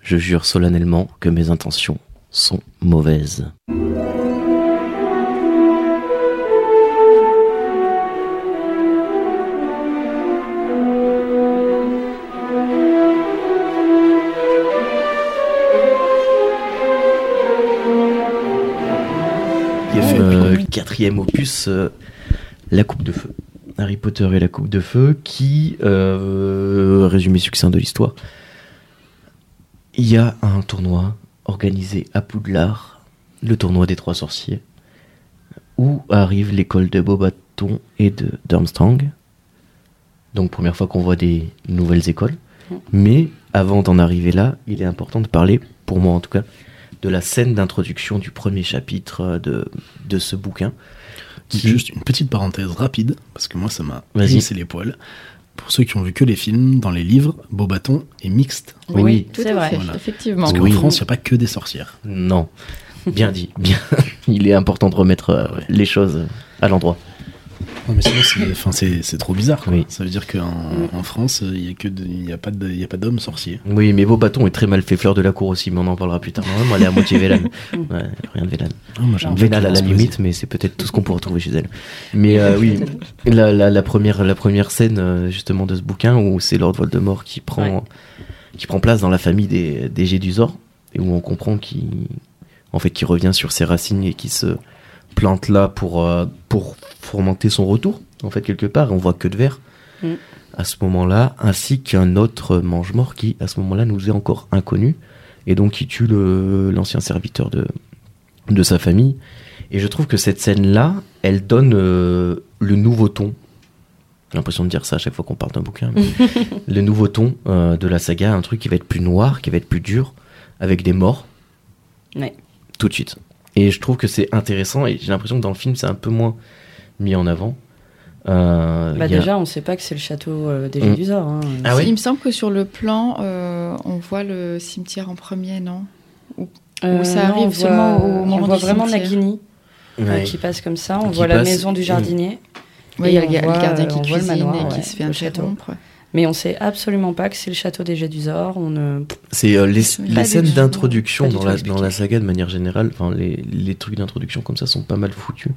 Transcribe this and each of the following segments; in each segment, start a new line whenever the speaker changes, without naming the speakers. je jure solennellement que mes intentions sont mauvaises. Qui est fait euh, quatrième opus, euh, La Coupe de Feu. Harry Potter et la Coupe de Feu, qui, euh, résumé succinct de l'histoire, il y a un tournoi organisé à Poudlard, le tournoi des trois sorciers, où arrive l'école de Bobaton et de d'Armstrong. Donc première fois qu'on voit des nouvelles écoles. Mais avant d'en arriver là, il est important de parler, pour moi en tout cas, de la scène d'introduction du premier chapitre de, de ce bouquin. Qui-
Juste une petite parenthèse rapide, parce que moi ça m'a
Vas-y.
hérissé les poils. Pour ceux qui ont vu que les films, dans les livres, Beau Bâton est mixte.
Oui,
tout
c'est
à
vrai,
fait.
Voilà.
effectivement.
Parce qu'en
Oui.
France, il n'y a pas que des sorcières.
Non, bien dit, bien. Il est important de remettre euh, les choses à l'endroit.
Non, mais sinon, c'est- enfin, c'est c'est trop bizarre. quoi.
Oui.
Ça veut dire qu'en en France, il n'y a, que de- il y a pas de- il y a pas d'hommes sorciers.
Oui, mais beau bâton est très mal fait fleur de la cour aussi, mais on en parlera plus tard. Normalement, elle est à moitié vélane. Ouais, rien de vélane.
Ah, moi, j'aime bien
Vénal à la
qu'ils
limite, mais c'est peut-être tout ce qu'on peut retrouver chez elle. Mais euh, oui, la, la- la première, la première scène euh, justement de ce bouquin où c'est Lord Voldemort qui prend,
Ouais.
qui prend place dans la famille des, des Gédusors et où on comprend qu'il en fait, qu'il revient sur ses racines et qui se plante là pour, euh, pour fomenter son retour, en fait, quelque part. et On voit que de verre
Mm.
à ce moment-là, ainsi qu'un autre mange-mort qui, à ce moment-là, nous est encore inconnu et donc qui tue le- l'ancien serviteur de, de sa famille. Et je trouve que cette scène-là, elle donne euh, le nouveau ton. J'ai l'impression de dire ça à chaque fois qu'on parle d'un bouquin. mais le nouveau ton euh, de la saga, un truc qui va être plus noir, qui va être plus dur, avec des morts,
Ouais.
tout de suite. Et je trouve que c'est intéressant et j'ai l'impression que dans le film, c'est un peu moins mis en avant. Euh,
Bah
il y a-
déjà, on sait pas que c'est le château euh, des
Mm.
Gédusors. hein.
Ah oui
Il me semble que sur le plan, euh, on voit le cimetière en premier, non
Euh,
ça
non, on
arrive seulement au moment
On voit
du
vraiment
cimetière.
Nagini euh,
Ouais.
qui passe Mm. comme ça. On
Qui
voit la
passe.
maison du jardinier.
Oui,
Et
il y a le,
on
ga- le
voit,
gardien
euh,
qui
on voit le
cuisine
manoir,
et qui
ouais,
se fait
le
interrompre.
Mais on sait absolument pas que c'est le château des Gédusors. On ne...
C'est euh, les,
Je me
les
souviens pas
scènes
du tout.
d'introduction
Pas du
dans
tout
la,
expliqué.
dans la saga de manière générale, enfin les, les trucs d'introduction comme ça sont pas mal foutus.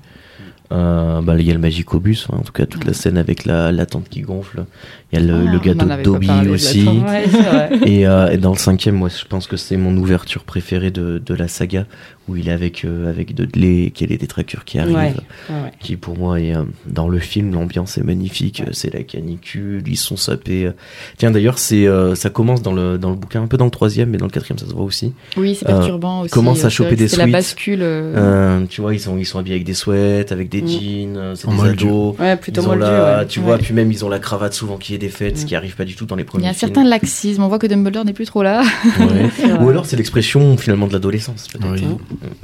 Euh, bah, Il y a le Magicobus, hein, en tout cas toute la scène avec la, la tente qui gonfle. Il y a le,
Ah,
le
on
gâteau
en avait
de
pas
Dobby
parlé de la
aussi.
tente.
Ouais, c'est vrai.
Et, euh, et dans le cinquième, moi je pense que c'est mon ouverture préférée de, de la saga où il est avec, euh, avec Dudley et qu'il y a les détracteurs qui arrivent.
Ouais, ouais, ouais.
Qui pour moi est euh, dans le film, l'ambiance est magnifique, euh, c'est la canicule, ils sont sapés. euh. Tiens d'ailleurs, c'est euh, ça commence dans le, dans le bouquin, un peu dans le troisième, mais dans le quatrième ça se voit aussi.
Oui, c'est
Euh,
perturbant aussi.
commence à
euh, c'est
choper
vrai que
des
C'est la
suites.
bascule. euh,
Euh, tu vois, ils sont, ils sont habillés avec des sweats, avec des
Mm.
jeans, euh, c'est
En
des
moldu.
ados.
Ouais, plutôt
Ils ont
moldu.
la-
ouais.
Tu
Ouais. Mm.
vois, puis même ils ont la cravate souvent qui est défaite, ce qui arrive pas du tout dans les
Il y
premiers
a un
films.
certain laxisme. On voit que Dumbledore n'est plus trop là.
Ouais.
C'est vrai.
Ou alors c'est l'expression finalement de l'adolescence. peut-être.
Oui.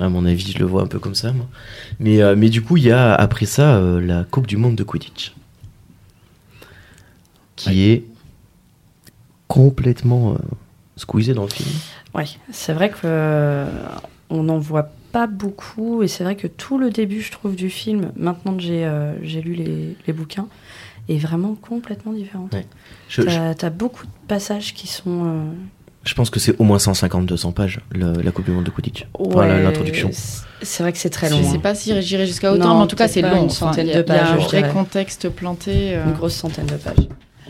Euh, À mon avis, je le vois un peu comme ça, moi. Mais, euh, mais du coup, il y a après ça euh, la Coupe du Monde de Quidditch. Qui est complètement euh, squeezée dans le film.
Ouais, c'est vrai que euh, on n'en voit pas beaucoup et c'est vrai que tout le début, je trouve, du film, maintenant que j'ai euh, j'ai lu les, les bouquins, est vraiment complètement différent.
Je, je-
Euh.
T'as t'as beaucoup de passages qui sont. euh,
je pense que c'est au moins 150-200 pages, le- la Coupe du Monde de Quidditch. Enfin, la-
ouais,
l'introduction.
c'est- C'est vrai que c'est très
C'est-
long.
Je
hein.
sais pas si j'irai jusqu'à autant,
Non,
mais en tout cas,
peut-être
c'est
pas
long.
une
Enfin,
centaine
il y a-
de pages,
Il y a un
je
vrai
dirais.
contexte planté. euh,
hein. Une grosse centaine de pages.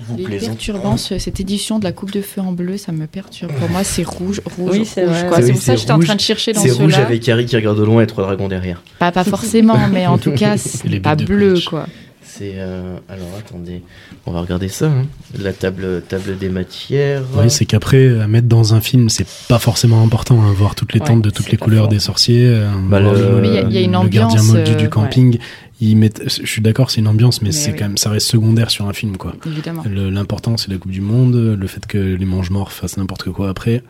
Vous
Il est
Oh.
perturbant ce- cette édition de la coupe de feu en bleu, ça me perturbe. Pour moi, c'est rouge, rouge,
Oui,
rouge.
c'est vrai.
quoi.
Oui,
C'est pour
c'est
ça que j'étais en
rouge.
train de chercher dans
C'est rouge
ceux-là.
avec Harry qui regarde de loin et trois dragons derrière.
Pas, pas forcément, mais en tout cas,
Les
c'est pas
bêtes de
bleu,
Quidditch.
quoi.
C'est euh, alors attendez, on va regarder ça. hein. La table table des matières.
Oui, c'est qu'après, à mettre dans un film, c'est pas forcément important. hein, voir toutes les
Ouais,
tentes de toutes
c'est
les
pas
couleurs
fort.
des sorciers. euh,
Bah,
voir
le- Mais il y a-
il y a une
le
ambiance,
gardien moldu
euh,
du camping. Ils mettent, je suis d'accord, c'est une ambiance, mais,
Mais
c'est
oui.
quand même, ça reste secondaire sur un film, quoi.
Évidemment.
Le- L'important, c'est la Coupe du Monde, le fait que les mange-morts fassent n'importe quoi après.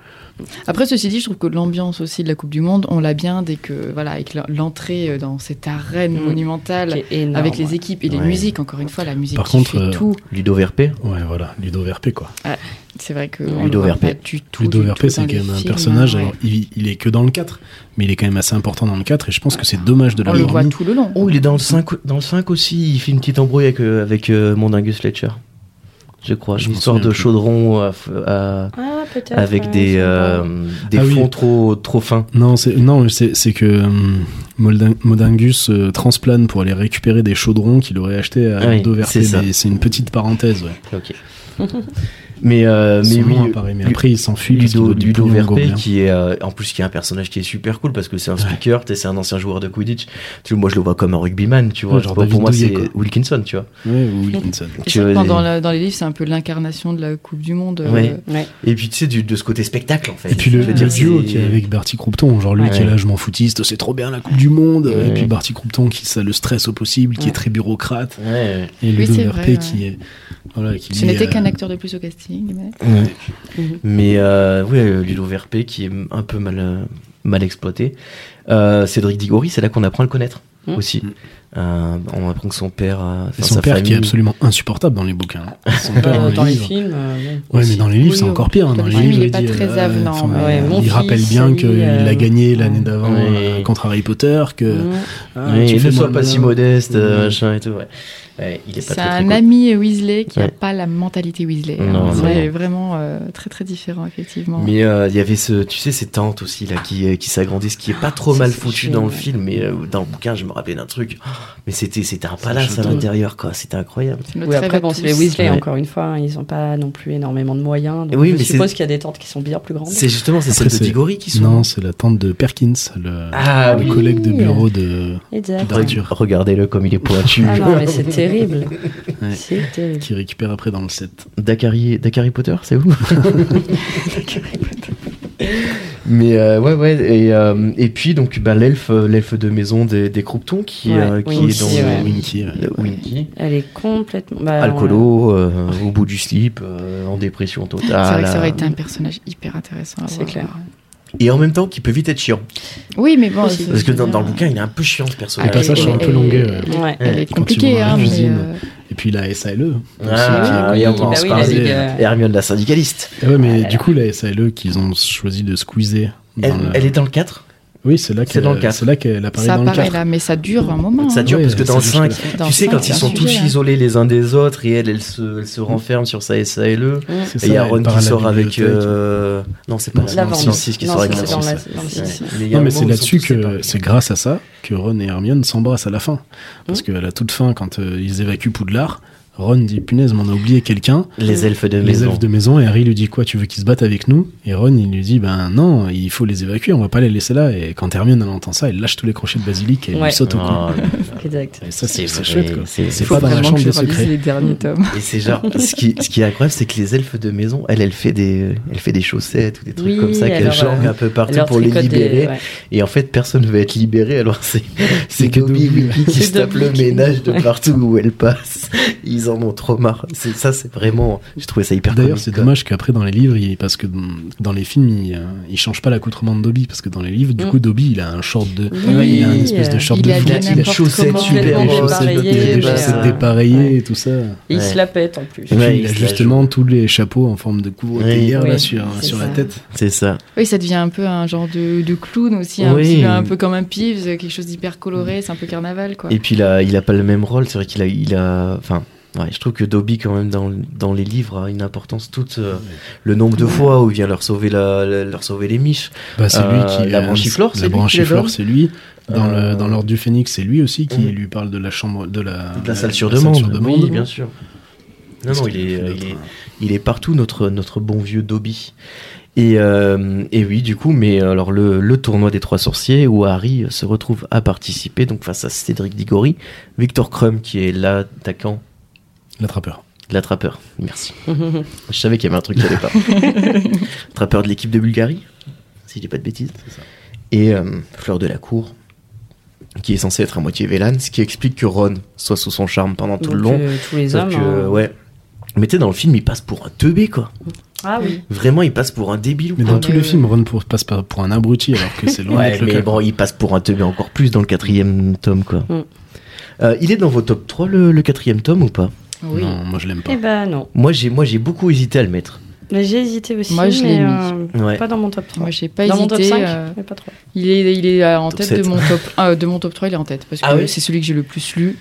Après, ceci dit, je trouve que l'ambiance aussi de la Coupe du Monde, on l'a bien dès que, voilà, avec l'en- l'entrée euh, dans cette arène
Mm.
monumentale,
Qui est énorme,
avec les
ouais.
équipes et les
Ouais.
musiques, encore une fois, la musique
Par
qui
contre,
fait
euh,
tout.
Ludo Verpé.
Ouais, voilà, Ludo Verpé, quoi.
C'est vrai que.
Ludo
on le voit
Verpé.
pas du tout.
Ludo
du
Verpé,
tout
c'est
dans
quand
les
même un
films, hein,
personnage.
ouais.
Alors, il, il est que dans le 4, mais il est quand même assez important dans le 4, et je pense que c'est dommage de
On le
l'avoir
voit
mis.
tout le long.
Oh, il est dans le 5 dans le 5 aussi, il fait une petite embrouille avec euh, avec euh, mon Dingus Fletcher. je crois.
Je
Une
m'en
histoire
souviens
de
plus.
chaudron à f- à-
Ah, peut-être.
avec
ouais,
des,
sympa.
euh, des
Ah oui.
fonds trop, trop fins.
Non, c'est non, c'est c'est que euh, Moldin- Modingus euh, transplane pour aller récupérer des chaudrons qu'il aurait achetés à
Ah oui,
Doverté,
c'est ça.
mais c'est une petite parenthèse. Ouais.
Ok. mais euh, mais
Son
oui,
nom apparaît, mais
Lu-
après il s'enfuit. parce qu'il
Ludo,
doit du
Ludo
pognon au
Verpé,
Gobelin.
qui est euh, en plus qui est un personnage qui est super cool parce que c'est un speaker, t'es- c'est un ancien joueur de Quidditch. Tu vois, moi je le vois comme un rugbyman, tu vois.
Ouais, genre
Pour- pour
David
moi
Douillet,
c'est
quoi.
Wilkinson, tu vois.
Ouais, ou Wilkinson.
Et
Tu
c'est vrai que
vois,
dans,
et-
la- dans les livres, c'est un peu l'incarnation de la Coupe du Monde. euh,
Ouais.
euh, Ouais.
Et puis tu sais du- de ce côté spectacle en fait.
Et puis le,
Je veux
le
dire,
duo
c'est-
qui est avec Barty Croupton, genre lui
Ouais.
qui est là, je m'en foutiste, c'est trop bien la Coupe du Monde.
Ouais.
Et puis Barty Croupton qui ça le stresse au possible, qui
Ouais.
est très bureaucrate.
Ouais,
Et
Oui,
Ludo
c'est
Verpé
vrai, ouais.
qui est. Voilà, qui
Ce
dit,
n'était
euh,
qu'un acteur de plus au casting. mais-
ouais.
Mhm.
Mais euh, ouais, Ludo Verpé qui est un peu mal, euh, mal exploité. Euh, Cédric Diggory, c'est là qu'on apprend à le connaître
Mhm.
aussi. Euh, on apprend que son père, a
c'est son
sa
père qui est
famille-
absolument insupportable dans les bouquins. hein. Son
Euh,
père, dans les
dans les
livres.
films. euh, bon.
Ouais, mais dans les livres, c'est
Oui,
encore pire.
dans
Dans
les
les
films,
livres,
il est pas
dit,
très
euh,
avenant.
enfin,
Ouais,
il
mon fils,
rappelle bien
lui,
qu'il
euh,
a gagné l'année
ouais.
d'avant
Ouais.
euh, contre Harry Potter, que
Mhm.
ah,
Ouais,
tu
ne
fais Mmh.
sois
moins
pas
malin.
si modeste, euh,
Ouais.
machin et tout. Ouais. Ouais, il est pas
C'est
très,
un
très cool.
ami Weasley qui n'a
Ouais.
pas la mentalité Weasley.
Non,
hein.
non,
c'est
non.
vraiment euh, très très différent, effectivement.
Mais euh, il y avait ce, tu sais, ces tentes aussi là qui, euh, qui s'agrandissent, qui est pas trop
Ça,
mal
c'est
foutu
génial.
dans le film, mais euh, dans le bouquin, je me rappelais d'un truc. Oh, Mais c'était, c'était un
C'est un
palace à
château.
l'intérieur, quoi. C'était incroyable.
C'est notre
Oui,
rêve
après,
à
bon,
tous.
c'est les Weasley,
Ouais.
encore une fois, hein, ils n'ont pas non plus énormément de moyens. Donc
Oui, mais
je
c'est-
suppose qu'il y a des tentes qui sont bien plus grandes.
C'est justement c'est
Après,
celles de
c'est-
Digori qui sont.
Non, c'est la tante de Perkins, le,
ah
le
oui.
oui.
collègue de bureau de
Exact.
Dark Arthur.
Regardez-le comme il est pointu.
Ah non, mais c'est terrible. C'est terrible.
qui récupère après dans le set.
Dakari, Dakari Potter, c'est où Mais euh, ouais, ouais. Et, euh, et puis donc bah, l'elfe, euh, l'elfe de maison des, des Croupetons qui,
Ouais,
euh, qui
Winky,
est dans
ouais.
Winky, ouais.
euh, Winky.
Elle est complètement. bah, on-
Alcoolo, euh, au bout du slip, euh, en dépression
C'est vrai que ça aurait
totale.
été un personnage hyper intéressant. à
C'est
voir.
clair.
Et en même temps, qui peut vite être chiant.
Oui, mais bon.
Aussi.
c'est-
Parce que dans, dans le bouquin, il est un peu chiant ce
Ah,
personnage.
Les passages sont un peu longués, ouais.
Elle est-
Ouais.
Elle est
Quand ils
compliquée,
vont dans
hein,
la
mais,
cuisine.
euh,
Et puis la SALE.
Ah,
Oui,
et
oui,
on va en
bah
se
oui,
parler.
la ligue, euh,
Et Hermione, la syndicaliste.
Et Ah ouais, mais
Voilà.
du coup, la SALE E qu'ils ont choisi de squeezer. dans
Elle,
la-
elle est dans le 4.
Oui, c'est là
c'est dans le
qu'elle
quatre.
c'est là qu'elle apparaît
ça
dans le
apparaît
4.
là, mais ça dure un moment.
Ça
hein.
dure
Ouais,
parce que
c'est
dans le
jusqu'à
5,
la
Dans
tu sais,
cinq,
quand
c'est
ils
un
sont tous
sujet, hein.
isolés les uns des autres et elle, elle se, elle se renferme sur sa SALE.
Mm.
Et il y a Ron qui sort avec. euh, Non, c'est pas
Non,
la
c'est
Lavande.
dans le
6 qui
Mm. Non,
sort
ça,
avec la
c'est dans
six.
la-
six,
dans le
Ouais.
six, ouais.
il y a un
Non, mais
moment
c'est
où ils sont
là-dessus
tous séparés.
que c'est grâce à ça que Ron et Hermione s'embrassent à la fin.
Hein
Parce qu'à la toute fin, quand euh, ils évacuent Poudlard, Ron dit punaise, mais on a oublié quelqu'un.
Les elfes de
Les
maison.
elfes de maison et Harry lui dit quoi tu veux qu'ils se battent avec nous et Ron il lui dit ben non il faut les évacuer on va pas les laisser là et quand Hermione elle entend ça elle lâche tous les crochets de basilic et elle
Ouais.
lui saute au cou
Ah, là, là.
Exact.
et ça
C'est
c'est c'est
vrai,
chouette quoi
c'est-
c'est
faut
pas dans la
Vraiment
chambre
que je
des
relise
secrets
les derniers tomes.
Et c'est genre, ce qui, ce qui est incroyable, c'est que les elfes de maison, elle, elle fait des, elle fait des chaussettes ou des trucs
Oui,
comme ça qu'elle
alors,
change
euh,
un peu partout
Leur
pour les
tricote des-
libérer.
ouais.
Et en fait, personne ne veut être libéré, alors c'est, c'est
que
Dobby
Dobby,
Wiki qui
C'est
se tape
Dobby
le
qui-
ménage de
Ouais.
partout où elle passe. Ils en ont trop marre. C'est, ça, c'est vraiment, j'ai trouvé ça hyper
D'ailleurs,
comique,
c'est
quoi.
dommage qu'après, dans les livres, il- parce que mm, dans les films, il, euh, il change pas l'accoutrement de Dobby, parce que dans les livres, du
Mm.
coup, Dobby, il a un short de.
Oui. euh,
il a une espèce de short
Il
de
a
Il a
foot,
des
des
n'importe
chaussettes
comment.
super
Complètement
grosses,
dépareillées,
des
des
bah,
chaussettes
chaussettes
euh,
dépareillées et tout ça.
Et il
Ouais.
se la pète en plus.
Et puis,
Ouais,
il a
il se la
justement tous les chapeaux en forme de couvre
Oui.
théière
Oui,
là, sur,
c'est
sur la
ça.
tête.
C'est ça.
Oui, ça devient un peu un genre de, de clown aussi, un
Oui.
petit peu un peu comme un pivs, quelque chose d'hyper coloré, c'est un peu carnaval quoi.
Et puis, il a, il a pas le même rôle. C'est vrai qu'il a, il a, enfin, ouais, je trouve que Dobby, quand même, dans, dans les livres, a une importance toute, euh, le nombre de fois où il vient leur sauver la, la- leur sauver les miches.
Bah, c'est
Euh,
lui qui.
la
euh,
branchiflore, c'est
La
lui qui
branchiflore,
l'adore.
c'est lui. Dans
Euh,
le- dans l'ordre du phénix, c'est lui aussi qui
Mm.
lui parle de la chambre. De la,
De la salle sur
salle
demande. Oui,
demande.
bien sûr. Non, non, il est, euh, il est,
euh,
il est partout, notre, notre bon vieux Dobby. Et, euh, et oui, du coup, mais alors le, le tournoi des trois sorciers où Harry se retrouve à participer, donc face à Cédric Diggory, Victor Crumb qui est l'attaquant,
L'attrapeur.
l'attrapeur. Merci. Je savais qu'il y avait un truc qui allait pas. Attrapeur de l'équipe de Bulgarie, si je dis pas de bêtises. Et euh, Fleur de la Cour, qui est censée être à moitié Vélan, ce qui explique que Ron soit sous son charme pendant tout
Donc,
le long.
euh, tous les hommes.
Sauf que,
hein.
ouais. Mais tu sais, dans le film, il passe pour un teubé, quoi.
Ah oui.
Vraiment, il passe pour un débile.
Mais
quoi.
dans tous
ouais,
les
ouais.
films, Ron pour- passe pas pour un abruti, alors que c'est loin
Ouais,
d'être le
mais
cas.
bon, il passe pour un teubé encore plus dans le quatrième tome, quoi.
Mm.
Euh, il est dans vos top 3, le, le quatrième tome, ou pas
Oui.
Non, moi je l'aime pas.
Eh ben non.
Moi, j'ai moi, j'ai beaucoup hésité à le mettre.
Mais j'ai hésité aussi.
Moi, je
mais,
l'ai
euh,
Ouais.
Pas dans mon top 3.
Moi j'ai pas
dans mon top
hésité.
5,
euh,
mais pas trop.
Il est, il est euh, en
Top
tête
sept.
de mon top euh, de mon top 3, il est en tête parce que
Ah oui
c'est celui que j'ai le plus lu.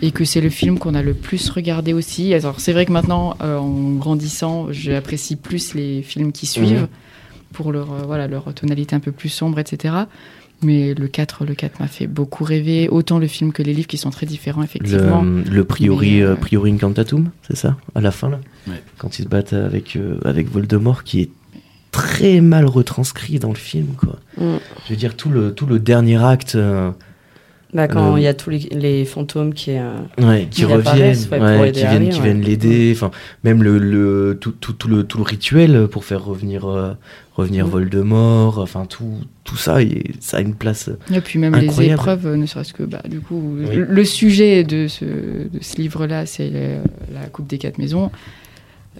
et que c'est le film qu'on a le plus regardé aussi. Alors c'est vrai que maintenant, euh, en grandissant, j'apprécie plus les films
Mhm.
qui suivent pour leur, euh, voilà, leur tonalité un peu plus sombre, etc. Mais le 4, le 4 m'a fait beaucoup rêver, autant le film que les livres qui sont très différents, effectivement.
Le, le priori,
Mais, euh,
euh, priori incantatum, c'est ça À la fin, là
Ouais.
Quand ils se battent avec, euh, avec Voldemort, qui est très mal retranscrit dans le film, quoi.
Mm.
Je veux dire, tout le, tout le dernier acte euh,
Bah, quand
Euh,
il y a tous les, les fantômes qui. euh,
ouais, qui
Qui
reviennent,
apparaissent, ouais, pour
ouais,
aider
qui viennent,
Harry,
qui
ouais.
viennent
Mm.
l'aider, enfin, même le, le, tout, tout, tout le, tout le rituel pour faire revenir, euh, revenir
Mm.
Voldemort, enfin, tout, tout ça, et ça a une place
Et puis même les
Incroyable.
épreuves, euh, ne serait-ce que, bah, du coup,
Oui.
le, le sujet de ce, de ce livre-là, c'est euh, la Coupe des Quatre Maisons.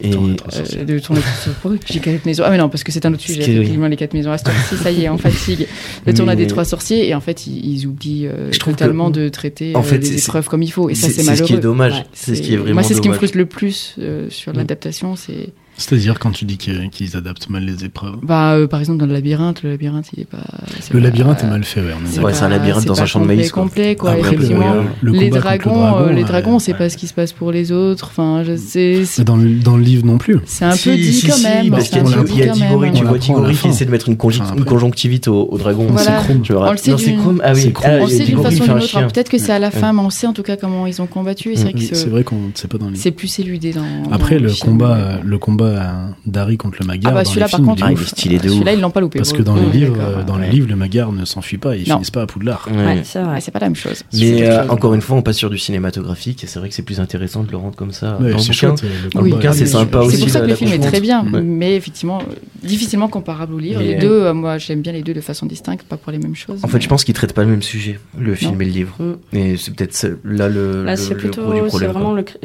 et
Attends, attends, attends.
Euh, de tourner pour les quatre maisons. Ah mais non, parce que c'est un autre
Parce
sujet.
que-
Effectivement, les quatre maisons à sorciers, ça y est, on fatigue. Le tournage
Mais-
des trois sorciers et en fait, ils, ils oublient euh,
Je trouve
totalement
que-
de traiter
en
euh,
fait,
les
c'est-
épreuves comme il faut. Et ça, c'est
c'est
malheureux.
ce qui est dommage,
Ouais,
c'est ce qui est vraiment
Moi, c'est ce qui me
dommage.
frustre le plus euh, sur
Mm.
l'adaptation, c'est
C'est-à-dire quand tu dis que- qu'ils adaptent mal les épreuves.
bah euh, par exemple dans le labyrinthe, le labyrinthe, il est pas. c'est
Le
pas-
labyrinthe est mal fait, ouais. on est
c'est
d'accord.
ouais, un labyrinthe
c'est
dans
pas
un champ de maïs, quoi.
Complet, quoi,
Ah,
Après, le-
effectivement.
ouais,
le
les
combat contre le
dragons, euh, les
ouais,
dragons, on sait
ouais.
pas ce qui se passe pour les autres. Enfin, je sais. c'est-
Mais Dans le, dans le livre non plus.
C'est un
Mm. Si,
peu dit
si,
quand
si,
même.
Parce
c'est
qu'il
un
y a,
peu
on
il
dit
y a
quand
Tigori,
même.
tu
On
vois
l'apprend à
Tigori
la
qui
fin.
essaie de mettre une, congi-
Enfin, après.
une conjonctivite au, au dragon.
Voilà.
C'est Chrome, tu vois.
On le sait
Non, c'est
d'une-
Chrome. Ah
c'est
oui,
Chrome.
ah,
On le
il y a
sait d'une
Tigori,
façon ou
il fait
d'une
un
autre.
chien.
Alors, Peut-être que c'est à la
Ouais.
fin, mais on sait en tout cas comment ils ont combattu. Et c'est vrai que
Oui,
ce-
C'est vrai qu'on ne sait pas dans le livre.
c'est plus éludé dans.
Après,
dans
le
film.
combat, le combat euh, d'Harry contre le Magyar
Ah bah
dans
celui-là
les
par
films,
contre.
Ah,
il est
il
ouf.
est stylé de
celui-là,
ouf.
ils l'ont pas loupé.
Parce
pour
que
le
dans
coup.
les
Ouais,
livres,
d'accord.
euh, dans les
Ouais.
livres, le Magyar ne s'enfuit pas, il
Non.
finissent pas à Poudlard.
Ouais.
ouais, c'est vrai.
hein. Ouais, c'est pas la même chose.
Mais
C'est
euh,
autre chose.
encore une fois, on passe sur du cinématographique et c'est vrai que c'est plus intéressant de le rendre comme ça.
Ouais,
dans le
c'est
bouquin.
chouette, euh, le
Dans
combat.
le bouquin, c'est
oui,
sympa
oui.
aussi. euh,
C'est pour ça que
la-
le
la
film est très
conjointe.
bien,
Ouais.
mais effectivement, euh, difficilement comparable au livre.
Et,
Les
euh,
deux, euh, moi, j'aime bien les deux de façon distincte, pas pour les mêmes choses.
En fait, je pense qu'ils traitent pas le même sujet, le film et le livre.
Mm.
Et c'est peut-être ça- là le,
Là,
Ah, le-
c'est
le
plutôt.
gros du
c'est
problème. quoi.
vraiment le. cri-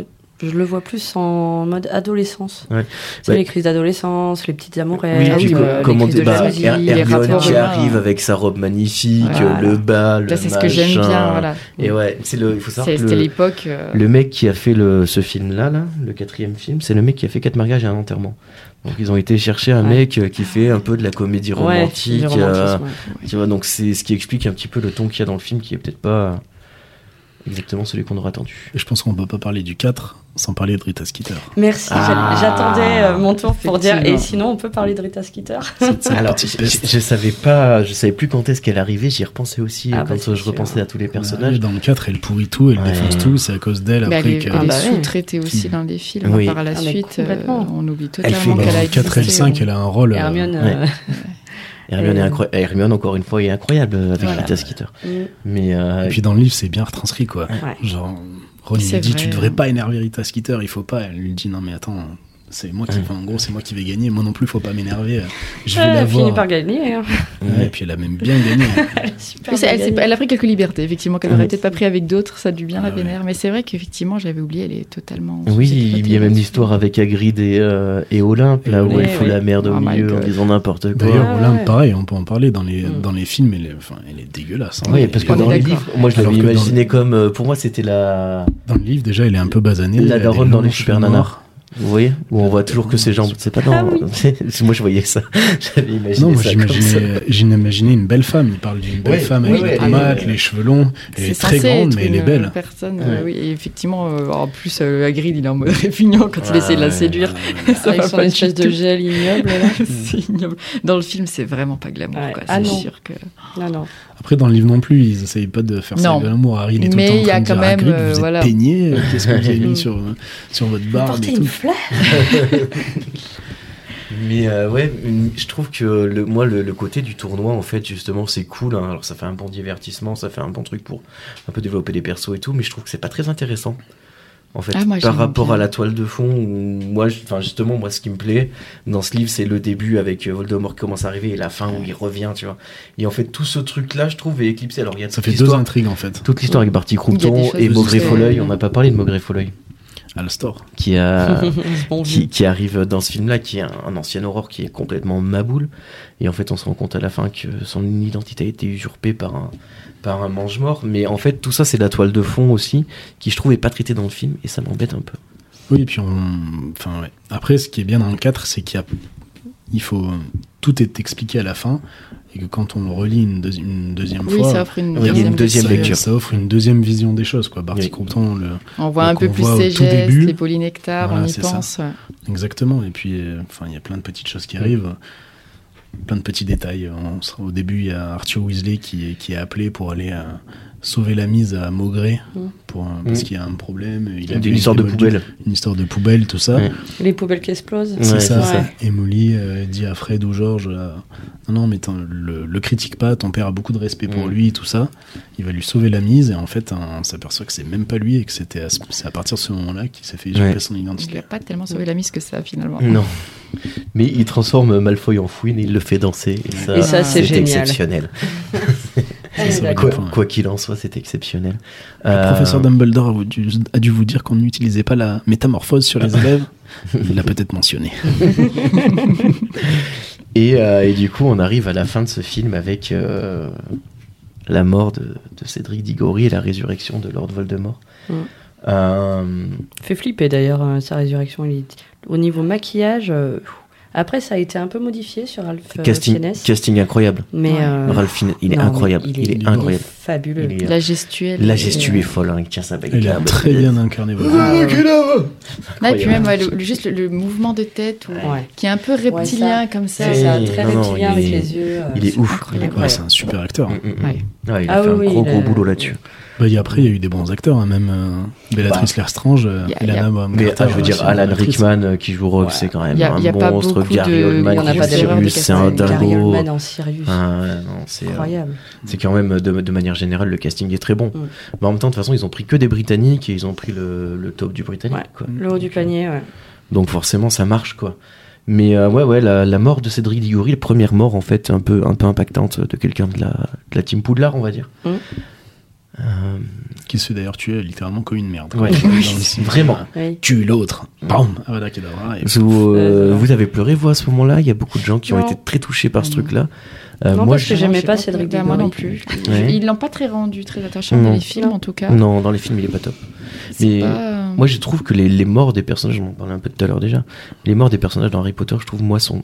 Je le vois plus en mode adolescence.
Ouais.
C'est
Ouais.
les crises d'adolescence, les petites amourettes,
Oui,
Ah
puis
oui,
co-
bah,
comment
les crises de
bah,
jalousie,
Her-
les
Hermione
rapports
qui
humains.
arrive avec sa robe magnifique,
Voilà.
le bas, le
Là, c'est ce que j'aime
machin.
bien. Voilà.
Et ouais, c'est le. Il faut savoir
C'est-
que
C'était
le-
l'époque. euh,
Le mec qui a fait le, ce film-là, là, le quatrième film, c'est le mec qui a fait quatre mariages et un enterrement. Donc ils ont été chercher un
Ouais.
mec euh, qui fait un peu de la comédie
Ouais,
romantique.
du
euh,
romantisme, ouais.
tu vois, donc c'est ce qui explique un petit peu le ton qu'il y a dans le film qui est peut-être pas euh, exactement celui qu'on aurait attendu.
Et je pense qu'on peut pas parler du 4 sans parler de Rita Skeeter.
Merci, j'a-
Ah.
j'attendais euh, mon tour pour dire. Et
Effectivement.
sinon, on peut parler de Rita Skeeter
Alors,
petite
je,
peste.
je- je savais pas, je savais plus quand est-ce qu'elle arrivait, j'y repensais aussi euh,
Ah,
quand
bah, c'est
je
sûr.
repensais à tous les
Ouais,
personnages.
Dans le 4, elle pourrit tout, elle
Ouais.
défonce tout, c'est à cause d'elle
bah,
après
elle est,
que.
elle est
Ah bah ouais.
sous-traitée aussi dans les films
Oui.
par la
Ah, mais
suite. euh,
complètement.
on oublie
Elle fait
totalement
Dans
qu'elle a
le
existé.
4 et le 5, elle a un rôle. euh,
Hermione.
Hermione, est
Euh.
incroy- Hermione, encore une fois, est incroyable avec
Voilà.
Rita Skeeter.
euh,
Mais euh,
Et puis dans le livre, c'est bien retranscrit, quoi.
Ouais.
Genre, Ron
C'est
lui dit,
vrai.
tu devrais pas énerver Rita Skeeter, il faut pas. Elle lui dit, non mais attends, c'est moi qui,
Ouais.
enfin, en gros, c'est moi qui vais gagner, moi non plus, faut pas m'énerver. Je vais la
Elle Euh, finit
voir.
par gagner. hein.
Ouais, et puis elle a même bien gagné.
Elle est super
Oui, c'est- elle,
bien
s'est-
gagnée.
elle a pris quelques libertés, effectivement, qu'elle
Oui.
n'aurait peut-être pas pris avec d'autres, ça a dû bien la
Ah ouais.
vénère. Mais c'est vrai qu'effectivement, j'avais oublié, elle est totalement.
Oui,
sous-traitée
il y a même
là-dessus.
l'histoire avec Hagrid et, euh, et Olympe,
Et
là où
Olympe,
elle fout
oui.
la merde au
Oh my
milieu en
God.
disant n'importe quoi.
D'ailleurs,
Ouais,
Olympe,
ouais.
pareil, on peut en parler. Dans les,
Mm.
dans les films, elle est, enfin, elle est dégueulasse. hein.
Oui, parce que
On est
dans les
d'accord.
livres, moi je
Alors
l'avais
que dans
imaginé comme. euh, pour moi, c'était la.
Dans le livre, déjà, elle est un peu basanée.
La
elle a des
daronne dans les
longs
super
cheveux
nanas.
noirs.
Vous voyez Mmh. Où on voit toujours que ses jambes. C'est pas dans.
Ah oui.
C'est- moi je voyais ça. J'avais imaginé
Non, moi
ça comme ça.
j'imaginais j'imaginais une belle femme. Il parle d'une belle
Ouais,
femme
ouais,
avec
ouais,
des
elle est-
tomates, les cheveux longs. Elle est,
C'est
très
censé
grande,
être
mais elle est
une
belle.
Personne, euh,
Ouais.
oui, et effectivement, euh, en plus, euh, Hagrid, il est en mode répugnant quand il
Ouais,
essaie de la
ouais,
séduire.
Euh,
Ça
Avec
va
son
pas
espèce
du
de
tout.
gel ignoble. là.
C'est ignoble. Dans le film, c'est vraiment pas glamour.
Ouais.
quoi.
Ah
c'est
non.
sûr que.
Non, non.
Après, dans le livre non plus, ils essayent pas de faire
Non.
ça de l'amour. Harry, il est tout
Mais
le temps en
il y a
train de
quand
dire,
même,
Hagrid,
euh,
vous
voilà.
êtes peigné. euh, Qu'est-ce que vous avez
Mm.
mis sur, euh, sur votre barbe
Porter
et
une
tout.
fleur.
Mais euh, ouais, une- je trouve que le, moi, le, le côté du tournoi, en fait, justement, c'est cool. hein. Alors, ça fait un bon divertissement, ça fait un bon truc pour un peu développer les persos et tout, mais je trouve que c'est pas très intéressant. En fait,
Ah, moi,
par
j'aime
rapport
bien.
à la toile de fond, où moi, je- enfin, justement, moi, ce qui me plaît dans ce livre, c'est le début avec euh, Voldemort qui commence à arriver et la fin où il revient, tu vois. Et en fait, tout ce truc-là, je trouve, est éclipsé. Alors, il y a
Ça
toute
fait deux
l'histoire.
intrigues, en fait.
Toute l'histoire avec Barty
Il y a des
Croupton
choses
et
de-
Maugré Folleuil.
euh,
On n'a pas parlé de Maugré Folleuil,
À le store.
qui a,
Bon
qui,
vieux.
qui arrive dans ce film-là, qui est un, un ancien aurore qui est complètement maboule. Et en fait, on se rend compte à la fin que son identité a été usurpée par un, par un mange-mort. Mais en fait, tout ça, c'est de la toile de fond aussi, qui je trouve est pas traitée dans le film, et ça m'embête un peu.
Oui, et puis on. Enfin, ouais. Après, ce qui est bien dans le 4, c'est qu'il y a. il faut euh, tout est expliqué à la fin et que quand on le relit une, deuxi- une deuxième
Oui,
fois,
ça offre une,
il y a une deuxième
ça,
vision.
lecture.
ça offre une deuxième vision des choses quoi. Barty
Oui.
Compton le
On voit
Donc
un peu
on
plus
voit au
ses
tout
gestes,
début.
les polynectars,
Voilà,
on y
c'est ça.
pense. ouais.
Exactement. Et puis, euh, enfin, il y a plein de petites choses qui arrivent, plein de petits détails. On sera- au début, il y a Arthur Weasley qui est, qui est appelé pour aller euh, sauver la mise à Maugré
Mm.
pour, euh, parce
Mm.
qu'il y a un problème. Il a
Une
bu
histoire de
des bols d'huile,
poubelle.
Une histoire de poubelle, tout ça.
Ouais.
Les poubelles qui explosent.
Ouais,
C'est ça.
c'est
ça.
Et Molly euh, dit à Fred ou Georges euh, Non, non, mais t'en- le, le critique pas, ton père a beaucoup de respect pour
Mm.
lui, tout ça. Il va lui sauver la mise. Et en fait, hein, on s'aperçoit que c'est même pas lui et que c'était à, ce- c'est à partir de ce moment-là qu'il s'est fait usurper
Ouais.
son
Il
identité.
n'a pas tellement sauvé la mise que ça, finalement.
Non. Mais il transforme Malfoy en fouine et il le fait danser. Et ça,
Et ça, c'est
c'était
génial.
exceptionnel.
Ah,
ça,
d'accord.
Quoi
Enfin, ouais.
quoi qu'il en soit, c'était exceptionnel.
Le
Euh,
professeur Dumbledore a vous- dû- a dû, vous dire qu'on n'utilisait pas la métamorphose sur
Ah.
les élèves. Il l'a peut-être mentionné.
Et, euh, et du coup, on arrive à la fin de ce film avec euh, la mort de, de Cédric Diggory et la résurrection de Lord Voldemort.
Mm.
Euh,
Fait flipper d'ailleurs euh, sa résurrection. Il est- Au niveau maquillage, euh, pff. après ça a été un peu modifié sur Ralph euh,
casting,
Fiennes,
casting incroyable.
mais
Ouais.
euh,
Ralph Fiennes, il est
non, mais
incroyable. Il, est, incroyable.
fabuleux.
Il est-
La gestuelle.
La
et-
gestu est folle, hein, il tient sa bague.
Il a très bien incarné. voilà.
Ah, ouais. Ah, et
Incroyable.
puis même, ouais, le- le- juste le, le mouvement de tête, ou-
Ouais.
qui est un peu reptilien comme ça.
C'est
Oui,
ça, très
non, non,
reptilien
il
avec
est-
les yeux. euh,
Il est ouf.
incroyable.
Il est-
Ouais, c'est un super acteur. hein.
Mm, mm, mm.
Ouais.
Ouais, il a
Ah
fait
oui,
un gros
il a-
gros boulot là-dessus.
Bah, et après, il y a eu des bons acteurs, hein, même euh, Bellatrice Lestrange, euh,
Y a- y a-
Elana Bonham
Bah. Mais
Carter, hein,
ah, je veux dire,
aussi,
Alan
Bellatrice.
Rickman euh, qui joue Rogue, c'est quand même
Y a-
un
y a pas
monstre.
beaucoup
Gary
de-
Oldman
y en a
qui
pas
joue
des erreurs de
Sirius, c'est un
casting. Gary
Gary
dingo.
Oldman en Sirius.
Ah, ouais, non, c'est, euh,
Incroyable.
c'est quand même de, de manière générale le casting est très bon.
Mm.
Mais en même temps, de toute façon, ils ont pris que des Britanniques et ils ont pris le, le top du Britannique.
Ouais.
quoi.
Le haut du panier, ouais.
Donc forcément, ça marche quoi. Mais euh, ouais, ouais, la, la mort de Cédric Diggory, la première mort en fait, un peu, un peu impactante de quelqu'un de la, de la team Poudlard, on va dire.
Mm.
Euh,
Qui se fait d'ailleurs tuer littéralement comme une merde.
Ouais.
Dans le cinéma.
Vraiment.
Oui.
Tue l'autre. Bam Avada Kedavra, et-
Vous, euh,
Euh,
vous avez pleuré, vous, à ce moment-là. Il y a beaucoup de gens qui ont
Non.
été très touchés par ce
Non.
truc-là. Euh,
Mm. Non,
moi,
parce que
je-
j'aimais
j'ai
pas Cédric
trouvé- bah, Moi
Diggory.
non plus.
Ouais.
Ils l'ont pas très rendu très attachant
Non.
dans les films,
Non.
en tout cas.
Non, dans les films, il est pas top.
C'est
Mais
pas, euh,
Moi, je trouve que les, les morts des personnages, je m'en parlais un peu tout à l'heure déjà, les morts des personnages dans Harry Potter, je trouve, moi, sont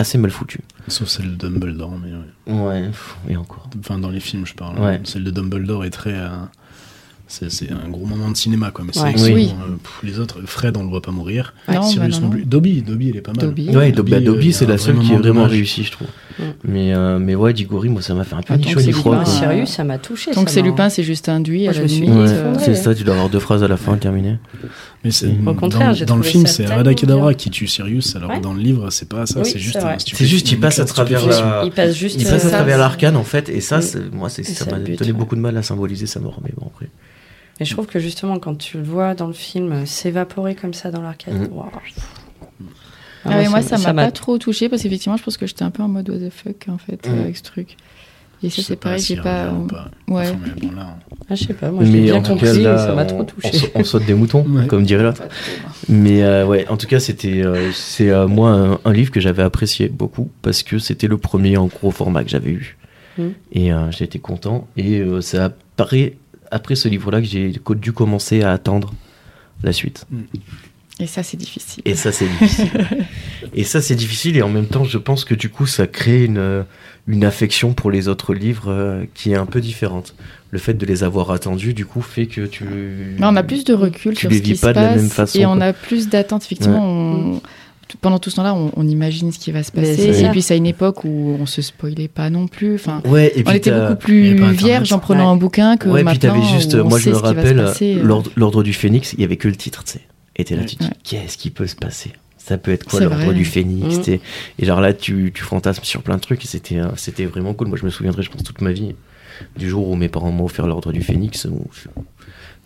assez mal foutues.
Sauf celle de Dumbledore, mais ouais.
Ouais, pff, et encore.
Enfin, dans les films, je parle.
Ouais.
Celle de Dumbledore est très. euh, c'est, c'est un gros moment de cinéma, quoi. Mais c'est
Ouais.
excellent.
Oui.
Euh, pff, les autres, Fred, on le voit pas mourir.
Non,
Sirius
bah
non
non, non.
plus. Dobby, Dobby, elle est pas mal.
Dobby.
Ouais,
Dobby,
Dobby, Dobby,
euh, il y a
c'est
un
la
vrai
seule qui est
moment
vraiment
dommage.
réussie, je trouve.
Mm.
Mais, euh, mais ouais, Diggory, moi, ça m'a fait un peu ni
Attends,
chaud ni
c'est
froid.
Ah,
Lupin,
quoi.
c'est-
Sirius, ça m'a touché.
euh, Tant que c'est Lupin, c'est juste un duit. à la limite,
Ouais,
euh,
c'est ça, tu dois avoir deux phrases à la fin, terminé.
Mais c'est,
Au
dans,
contraire, j'ai
dans le
trouvé
film,
ça
c'est
tellement
Avada Kedavra
bien.
qui tue Sirius, alors
Ouais.
dans le livre, c'est pas ça,
Oui,
c'est juste
c'est
un
vrai.
stupéfiant.
C'est juste, il passe à travers la.
Il passe juste.
Il passe à
euh,
ça.
travers l'arcane en fait, et ça,
Mm.
c'est- moi, c'est-
Et
ça
c'est
m'a
le but,
donné
ouais.
beaucoup de mal à symboliser sa mort, mais bon, après.
Mais je trouve que justement, quand tu le vois dans le film euh, s'évaporer comme ça dans l'arcade,
Mhm.
waouh.
Ah ouais, moi, ça m'a pas trop touché parce qu'effectivement, je pense que j'étais un peu en mode what the fuck en fait
Mm.
euh, avec ce truc. Et
Je
ça,
sais
c'est pareil,
s'il
j'ai pas.
revient ou
euh,
pas.
Ouais.
Enfin, mais bon, là, on-
Ah, je sais pas, moi je l'ai bien compris, mais ça m'a trop
on,
touché.
on sa- on saute des moutons,
Ouais.
comme dirait l'autre. Mais euh, ouais, en tout cas, c'était euh, c'est euh, moi un, un livre que j'avais apprécié beaucoup parce que c'était le premier en gros format que j'avais eu.
Mm.
Et euh, j'ai été content. Et euh, c'est après, après ce livre-là que j'ai co- dû commencer à attendre la suite.
Et ça, c'est difficile.
Et ça, c'est difficile. et ça, c'est difficile. Et en même temps, je pense que du coup, ça crée une, une affection pour les autres livres euh, qui est un peu différente. Le fait de les avoir attendus, du coup, fait que tu.
Mais Bah, on a plus de recul
Tu
sur
les
ce qui
vis
se
pas
passe
de la même façon,
et on
quoi.
a plus d'attentes. Effectivement, on- tout- pendant tout ce temps-là, on, on imagine ce qui va se
Mais
passer.
c'est
Et
ça.
puis, c'est à une époque où on se spoilait pas non plus. Enfin,
Ouais, et
on
puis
était
t'as-
beaucoup
il y avait pas
plus
Internet.
vierge en prenant
Ouais.
un bouquin que
ouais, puis
maintenant.
t'avais juste,
où on
moi
sait
je me
ce qui va se
rappelle,
passer, euh.
l'ordre l'Ordre du Phénix, il y avait que le titre, tu sais. Et t'es là, tu te dis,
Ouais.
qu'est-ce qui peut se passer Ça peut être quoi
C'est
l'Ordre
vrai.
du Phénix
Mm.
t'es- Et genre là, tu, tu fantasmes sur plein de trucs et c'était, euh, c'était vraiment cool. Moi, je me souviendrai, je pense, toute ma vie du jour où mes parents m'ont offert l'Ordre du Phénix. où je- tu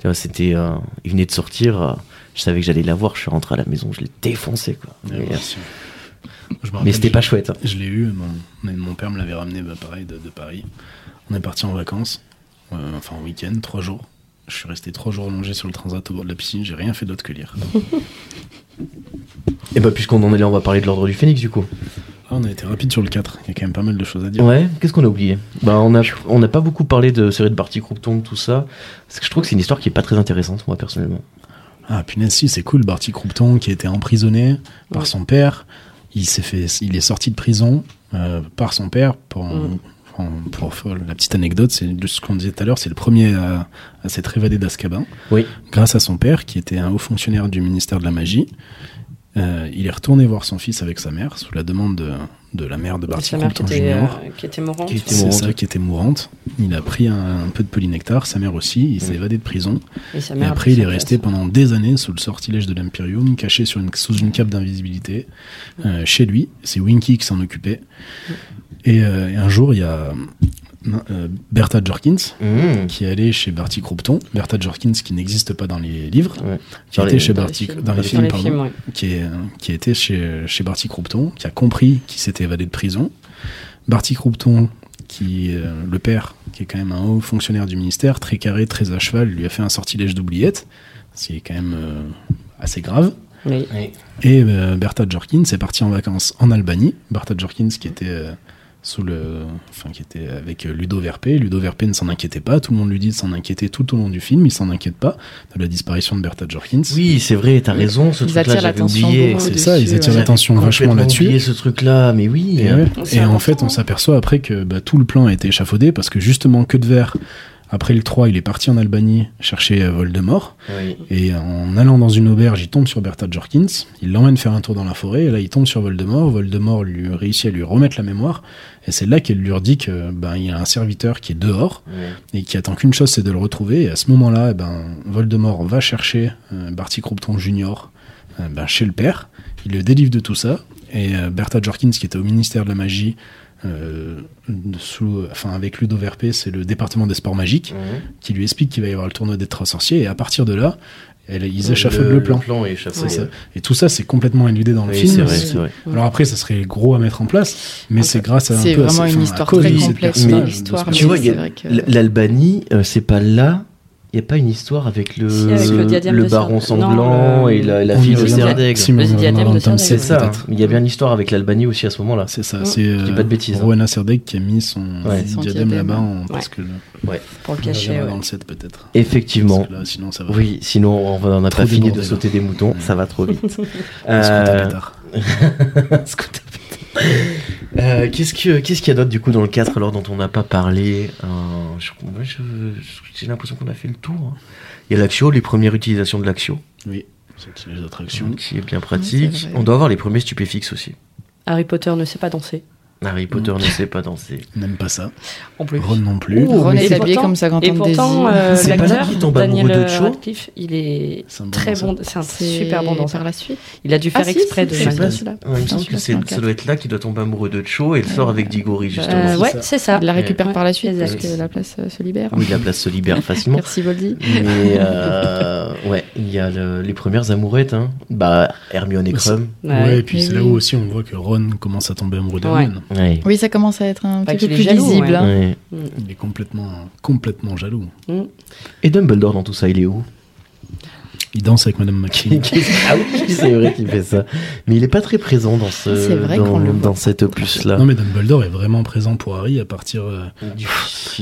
vois, c'était, euh, il venait de sortir, euh, je savais que j'allais l'avoir, je suis rentré à la maison, je l'ai défoncé, quoi.
Ouais,
Mais, euh,
bon, si. Ah, Je me
mais
rappelle,
c'était
je-
pas chouette. hein.
Je l'ai eu, mon, mais mon père me l'avait ramené, bah, pareil, de, de Paris. On est parti en vacances, euh, enfin en week-end, trois jours. Je suis resté trois jours allongé sur le transat au bord de la piscine, j'ai rien fait d'autre que lire.
Et bah, puisqu'on en est là, on va parler de l'Ordre du Phénix, du coup.
Ah, on a été rapide sur le 4, il y a quand même pas mal de choses à dire.
Ouais, qu'est-ce qu'on a oublié Bah on a on n'a pas beaucoup parlé de série de Barty Croupton, tout ça. Parce que je trouve que c'est une histoire qui est pas très intéressante moi personnellement.
Ah punaise, si, c'est cool, Barty Croupton qui était emprisonné par
Ouais.
son père. Il, s'est fait, il est sorti de prison euh, par son père pour,
Mm.
en- pour faire la petite anecdote, c'est de ce qu'on disait tout à l'heure, c'est le premier à, à s'être évadé d'Azkaban.
Oui.
Grâce à son père, qui était un haut fonctionnaire du ministère de la magie, euh, il est retourné voir son fils avec sa mère, sous la demande de, de la mère de Barty
Sa mère qui
Compton
était,
Junior.
euh, qui était morante.
Qui était-
C'est
mourante.
ça qui était mourante. Il a pris un, un peu de polynectar, sa mère aussi, il s'est
Mm.
évadé de prison.
Et sa
Et
mère a
après,
pris
il est
sa
resté
place.
pendant des années sous le sortilège de l'Imperium, caché sur une, sous une cape d'invisibilité, euh, chez lui. C'est Winky qui s'en occupait.
Mm.
Et, euh, et un jour, il y a euh, Bertha Jorkins
Mmh.
qui est allée chez Barty Croupton. Bertha Jorkins qui n'existe pas dans les livres,
Ouais.
qui
Dans
était
les-
chez
dans les
Barty
films.
dans les
Sur
films,
les
pardon,
films, ouais.
qui, est, qui était chez, chez Barty Croupton, qui a compris qu'il s'était évadé de prison. Barty Croupton, qui euh, le père, qui est quand même un haut fonctionnaire du ministère, très carré, très à cheval, lui a fait un sortilège d'oubliette, ce qui est quand même euh, assez grave.
Oui.
Oui.
Et euh, Bertha Jorkins est partie en vacances en Albanie. Bertha Jorkins qui était euh, sous le, enfin qui était avec euh, Ludo Verpé. Ludo Verpé ne s'en inquiétait pas. Tout le monde lui dit de s'en inquiéter tout au long du film. Il s'en inquiète pas de la disparition de Bertha Jorkins.
Oui, c'est vrai, t'as raison, ce
Ils
truc-là,
attirent
j'avais
l'attention
oublié.
beaucoup.
C'est ça,
Au-dessus,
ils attirent
ouais.
l'attention vachement
Complètement oublié
là-dessus.
ce truc-là, mais oui.
Et,
euh,
ouais.
C'est
Et en
important,
fait, on
hein.
s'aperçoit après que bah, tout le plan a été échafaudé parce que justement, Que de Verre, après le 3, il est parti en Albanie chercher euh, Voldemort.
oui.
Et en allant dans une auberge, il tombe sur Bertha Jorkins, il l'emmène faire un tour dans la forêt, et là il tombe sur Voldemort, Voldemort lui réussit à lui remettre la mémoire, et c'est là qu'elle lui redit que ben il y a un serviteur qui est dehors
Ouais.
et qui attend qu'une chose c'est de le retrouver, et à ce moment-là, eh ben Voldemort va chercher euh, Barty Croupton Junior euh, ben, chez le père, il le délivre de tout ça, et euh, Bertha Jorkins qui était au ministère de la magie euh, sous, enfin avec Ludo Verpé, c'est le département des sports magiques,
Mmh.
qui lui explique qu'il va y avoir le tournoi des trois sorciers, et à partir de là, elle- ils
Le-
échafaudent le, plan.
Le plan est
C'est
échafaudé.
ça. Et tout ça, c'est complètement éludé dans le
Oui,
film.
c'est vrai, c'est vrai.
Alors après, ça serait gros à mettre en place, mais
En
c'est
fait,
grâce à un
C'est
peu à ce-
vraiment une
enfin, à
histoire
cause
très
de cette
complexe
personne-
dans
mais-
l'histoire.
de
mais
ce
Tu vois, il y a
c'est vrai que-
L- L'Albanie, euh, c'est pas là. Il n'y a pas une histoire avec le,
Si, avec le diadème de
baron
Sardaigne.
sanglant
Non, le-
et la, la
On y
fille de
reviendra.
Serdaigle.
Si, mais on y
Le
reviendra
diadème
dans
de
le tome
Serdaigle.
C'est
7,
ça.
peut-être.
Il y a bien une histoire avec l'Albanie aussi à ce moment-là.
C'est ça,
Mm.
c'est
Je dis
euh,
pas de bêtises, hein.
Rowena Serdaigle qui a mis son
Ouais.
Son
diadème
diadème.
là-bas en- parce que
Pour le
on
cacher,
reviendra
ouais.
dans le 7 peut-être.
Effectivement.
Parce que là, sinon ça va.
Oui, sinon on n'a
Trop
pas
de
fini de
bordel.
sauter des moutons,
Mm.
ça va trop vite.
On se contente
Euh,
plus tard.
Scott Tapper. Euh, Qu'est-ce que- qu'est-ce qu'il y a d'autre du coup dans le 4 alors dont on n'a pas parlé Euh, je- moi, je- J'ai l'impression qu'on a fait le tour. hein. Il y a l'Axio, les premières utilisations de l'Axio,
Oui, c'est les attractions.
qui est bien pratique.
Oui, c'est vrai.
on doit avoir les premiers stupéfixes aussi.
Harry Potter ne sait pas danser.
Harry Potter ne sait pas danser.
On N'aime pas ça.
En plus.
Ron non plus.
Oh,
Ron
mais
est
c'est
habillé
pourtant-
comme ça quand
Et
on
pourtant,
désire.
euh,
C'est pas
l'acteur
lui qui tombe amoureux
Daniel euh,
de Cho
Radcliffe, il est
C'est un bon
très
danseur.
bon, c'est un super bon danseur.
par la suite.
Il a dû faire
Ah, si,
exprès
si,
de
c'est
mal
pas
danser.
celui-là.
Ouais, il me semble
Je
que
pense
c'est-
dans le
ça
quatre.
doit être là qu'il doit tomber amoureux de Cho et le sort avec Digori justement.
Euh, ouais,
ça.
c'est ça.
Il la récupère
Ouais.
par la suite parce
Exact.
que la place euh, se libère.
Oui, la place se libère facilement.
Merci Boldy.
Mais euh, ouais, il y a le- les premières amourettes. Hein. Bah, Hermione et
Bah,
Crum.
Ouais,
Ouais.
et puis
Mais
c'est là
oui.
où aussi on voit que Ron commence à tomber amoureux
Ouais.
d'Hermione.
Ouais.
Oui, ça commence à être un
Pas
petit peu
qu'il est
plus
jaloux,
lisible.
ouais.
hein.
Ouais.
Il est complètement, complètement jaloux.
Mm.
Et Dumbledore dans tout ça, il est où
Il danse avec Madame McKinney.
Ah oui, c'est vrai qu'il fait ça. Mais il est pas très présent dans
C'est
ce
vrai
dans,
qu'on le voit
dans
pas.
cet opus là.
Non mais Dumbledore est vraiment présent pour Harry à partir euh,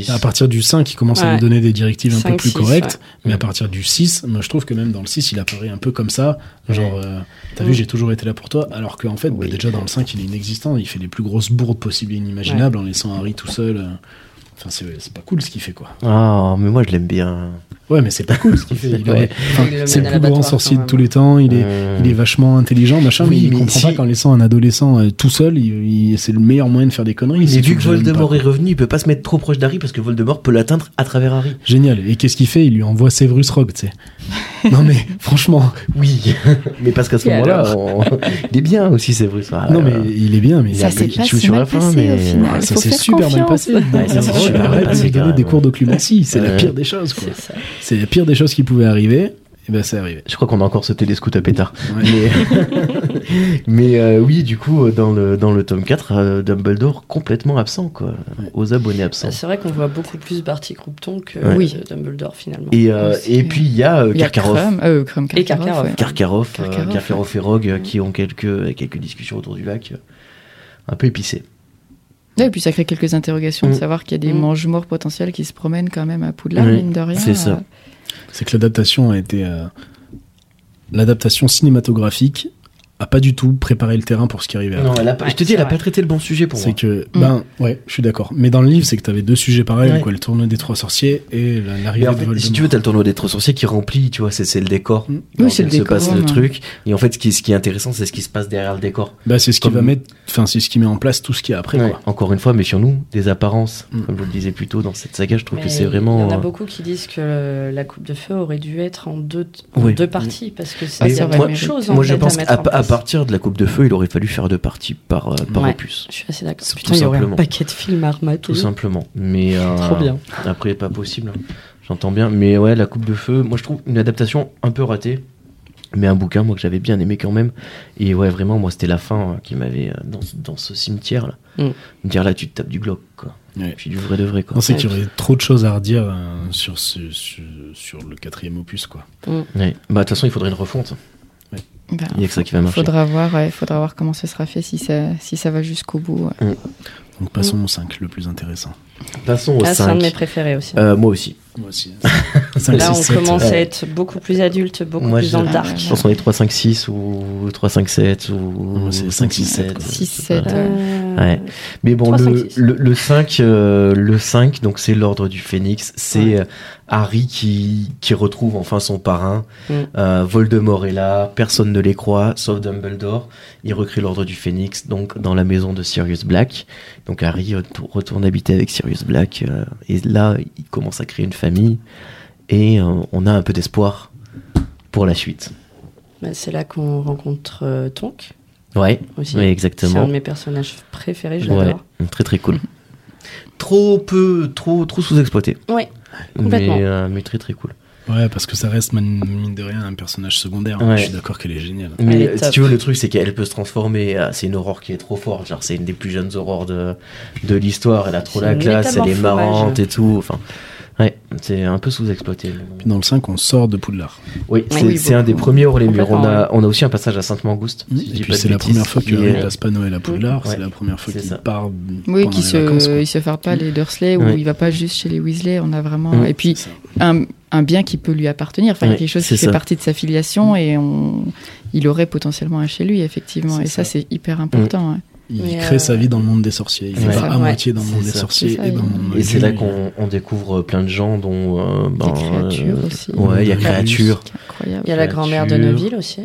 Ah,
à partir du 5 il commence à
Ouais.
lui donner des directives un peu
5,
plus
6,
correctes mais à
Mm.
partir du 6 moi je trouve que même dans le 6 il apparaît un peu comme ça genre euh, t'as vu
Mm.
j'ai toujours été là pour toi alors qu'en fait bah,
Oui.
déjà dans le 5 il est inexistant il fait les plus grosses bourdes possibles et inimaginables en laissant Harry tout seul euh, enfin c'est c'est pas cool ce qu'il fait quoi
Ah, mais moi je l'aime bien.
ouais mais c'est pas cool ce qu'il fait Il
Ouais.
aurait- enfin,
Il le
c'est
mène
le plus
à
grand
l'abattoir,
sorcier de
quand
tous
même.
les temps il est
Euh,
il est vachement intelligent, machin,
Oui,
mais il
mais
comprend
si-
pas qu'en laissant un adolescent euh, tout seul, il- il- c'est le meilleur moyen de faire des conneries.
Mais
si tu
vu que
le gênes pas,
Voldemort
quoi.
est revenu, il peut pas se mettre trop proche d'Harry parce que Voldemort peut l'atteindre à travers Harry.
Génial. Et qu'est-ce qu'il fait Il lui envoie Severus Rogue, tu sais. non mais franchement,
Oui, mais parce qu'à ce
Et
moment-là, on- il est bien aussi, c'est vrai. Ah Ça.
non mais il est bien, mais
Ça
un
s'est
petit
pas
chou
si
sur la
mal
fin,
passé
mais-
au final.
Ouais,
ça
Faut
s'est
faire
super mal
confiance.
passé.
Ouais, ça s'est super mal passé,
lui
quand
donner
même,
des
ouais.
cours d'occlumatie, c'est la
Ouais.
pire des choses. quoi.
C'est ça.
C'est la pire des choses qui pouvait arriver. Et ben c'est arrivé.
Je crois qu'on a encore sauté des scouts à pétard.
Ouais.
Mais, mais, euh, oui, du coup, dans le, dans le tome 4, euh, Dumbledore complètement absent, quoi. Aux abonnés absents.
Bah, C'est vrai qu'on voit beaucoup plus Barty Croupton que
Ouais.
Oui.
euh, Dumbledore finalement.
Et, euh, et puis, il y a euh,
Il y a
Karkaroff.
Crum, euh, Crum
Et
Karkaroff,
Karkaroff.
ouais.
Karkaroff, euh,
Karkaroff,
Karkaroff et Rogue euh, qui ont quelques, quelques discussions autour du lac. euh, Un peu épicées.
Ouais, et puis ça crée quelques interrogations
Mm.
de savoir qu'il y a des
Mm.
mange-morts potentiels qui se promènent quand même à Poudlard,
Oui,
mine de rien.
c'est ça.
Euh,
C'est que l'adaptation a été euh, l'adaptation cinématographique a pas du tout préparé le terrain pour ce qui arrivait après.
Non, elle a pas-
Ouais,
je te dis, elle a
c'est vrai.
pas traité le bon sujet pour
C'est
moi.
que,
Mm.
ben ouais, je suis d'accord. Mais dans le livre, c'est que t'avais deux sujets pareils,
Ouais.
quoi, le tournoi des trois sorciers et la-
Mais
l'arrivée
en
de
fait,
Voldemort.
si tu veux, t'as le tournoi des trois sorciers qui remplit, tu vois, c'est c'est le décor.
Mm.
dans
Oui, c'est
lequel
le
se
décor,
passe
ouais.
le truc. Et en fait, ce qui, ce qui est intéressant, c'est ce qui se passe derrière le décor.
Bah, c'est ce qui
Comme-
va mettre, enfin, c'est ce qui met en place tout ce qui est après,
Ouais.
quoi.
Encore une fois, méfions-nous des apparences.
Mm.
Comme je le disais plus tôt dans cette saga, je trouve
Mais
que c'est
Il y
vraiment.
en a
euh,
beaucoup qui disent que euh, la coupe de feu aurait dû être en deux, en
Oui.
deux parties parce que ça,
Mais
il y a
moi-
plein de choses. en
Moi, je
fait, à
pense qu'à
mettre en
pa- à
place.
partir de la Coupe de Feu, il aurait fallu faire deux parties par, euh, par
Ouais. Mhm.
opus.
Je suis assez d'accord.
Tout
Putain, il y aurait
simplement.
un paquet de films à remater.
Tout simplement. Mais, euh,
Trop bien.
Après, pas possible. hein. J'entends bien. Mais ouais, la Coupe de Feu, moi, je trouve une adaptation un peu ratée. Mais un bouquin, moi, que j'avais bien aimé quand même. Et ouais, vraiment, moi, c'était la fin euh, qui m'avait. euh, Dans, dans ce cimetière-là.
Mm.
Me dire, là, tu te tapes du Glock, quoi.
Ouais.
Puis du vrai de vrai, quoi.
Non, c'est qu'il y aurait trop de choses à redire euh, sur, ce, sur, sur le quatrième opus, quoi.
Ouais. Bah, de toute façon, il faudrait une refonte.
Ben,
Il n'y a que ça qui va marcher.
faudra voir, ouais, faudra voir comment ce sera fait si ça, si ça va jusqu'au bout. ouais.
Donc passons au 5, le plus intéressant.
Passons au
Ah, c'est un de mes
5.
préférés aussi.
moi aussi.
Moi aussi.
Là, on commence à
ouais.
être beaucoup plus adulte, beaucoup
Moi,
plus
je-
dans le
Ah,
dark.
Je pense qu'on est 3, 5, 6 ou 3, 5, 7 ou
Ouais, c'est 5, 6, 7, quoi.
6, 7,
Voilà.
ouais.
Euh,
Ah, Ouais. Mais bon,
3, 5,
le,
6.
le, le 5, euh, le 5, donc c'est l'ordre du phénix. C'est
Ouais.
euh, Harry qui, qui retrouve enfin son parrain.
Mm.
Euh, Voldemort est là, personne ne les croit, sauf Dumbledore. Il recrée l'ordre du phénix, donc dans la maison de Sirius Black. Donc Harry retou- retourne habiter avec Sirius Black. euh, et là, il commence à créer une famille. Et euh, on a un peu d'espoir pour la suite.
bah, c'est là qu'on rencontre euh, Tonk
Ouais,
aussi.
ouais
c'est
exactement.
un de mes personnages préférés, je
Ouais,
l'adore.
très très cool. Trop peu, trop, trop sous-exploité.
Ouais. Complètement.
Mais, euh, mais très très cool.
Ouais, parce que ça reste, man- mine de rien, un personnage secondaire. hein.
Ouais.
Je suis d'accord qu'elle est géniale.
Mais
est
euh, si
top.
tu veux, le truc, c'est qu'elle peut se transformer. Ah, C'est une aurore qui est trop forte. Genre, c'est une des plus jeunes aurores de, de l'histoire. Elle a trop
C'est
la
une
classe, elle est
métamorphose.
marrante et tout. Enfin, ouais, c'est un peu sous-exploité. mais bon.
Puis dans le 5, on sort de Poudlard.
Oui, c'est
oui,
c'est un des
beaucoup.
premiers hors les murs. On
Complètement,
a, on a aussi un passage à Sainte-Mangouste. si je
Et
dis
puis
pas de
c'est la
bêtises,
première fois
qui
qu'il
est-
ne passe pas Noël à Poudlard,
Ouais.
c'est la première fois
C'est
qu'il
ça.
part.
Oui,
pendant
qui
les
se,
vacances, quoi.
il se fait pas les Dursley ou
Ouais.
il va pas juste chez les Weasley. On a vraiment
Ouais.
et puis
C'est ça.
un, un bien qui peut lui appartenir. Enfin, il y a
Ouais,
quelque chose
c'est
qui
ça.
fait partie de sa filiation et on, il aurait potentiellement un chez lui effectivement.
C'est
Et ça,
ça.
c'est hyper
Mm.
important. ouais.
Il
Mais,
crée
euh,
sa vie dans le monde des sorciers. Il
c'est
est
ça.
pas à
Ouais.
moitié dans le
C'est
monde des
ça.
sorciers
C'est ça,
et dans le
il-
monde
Et c'est là
maudit.
qu'on on découvre plein de gens dont. euh, ben,
Des créatures
euh,
aussi.
Ouais, il y a créatures.
C'est incroyable.
Il y a la grand-mère de
Créature.
Neville aussi.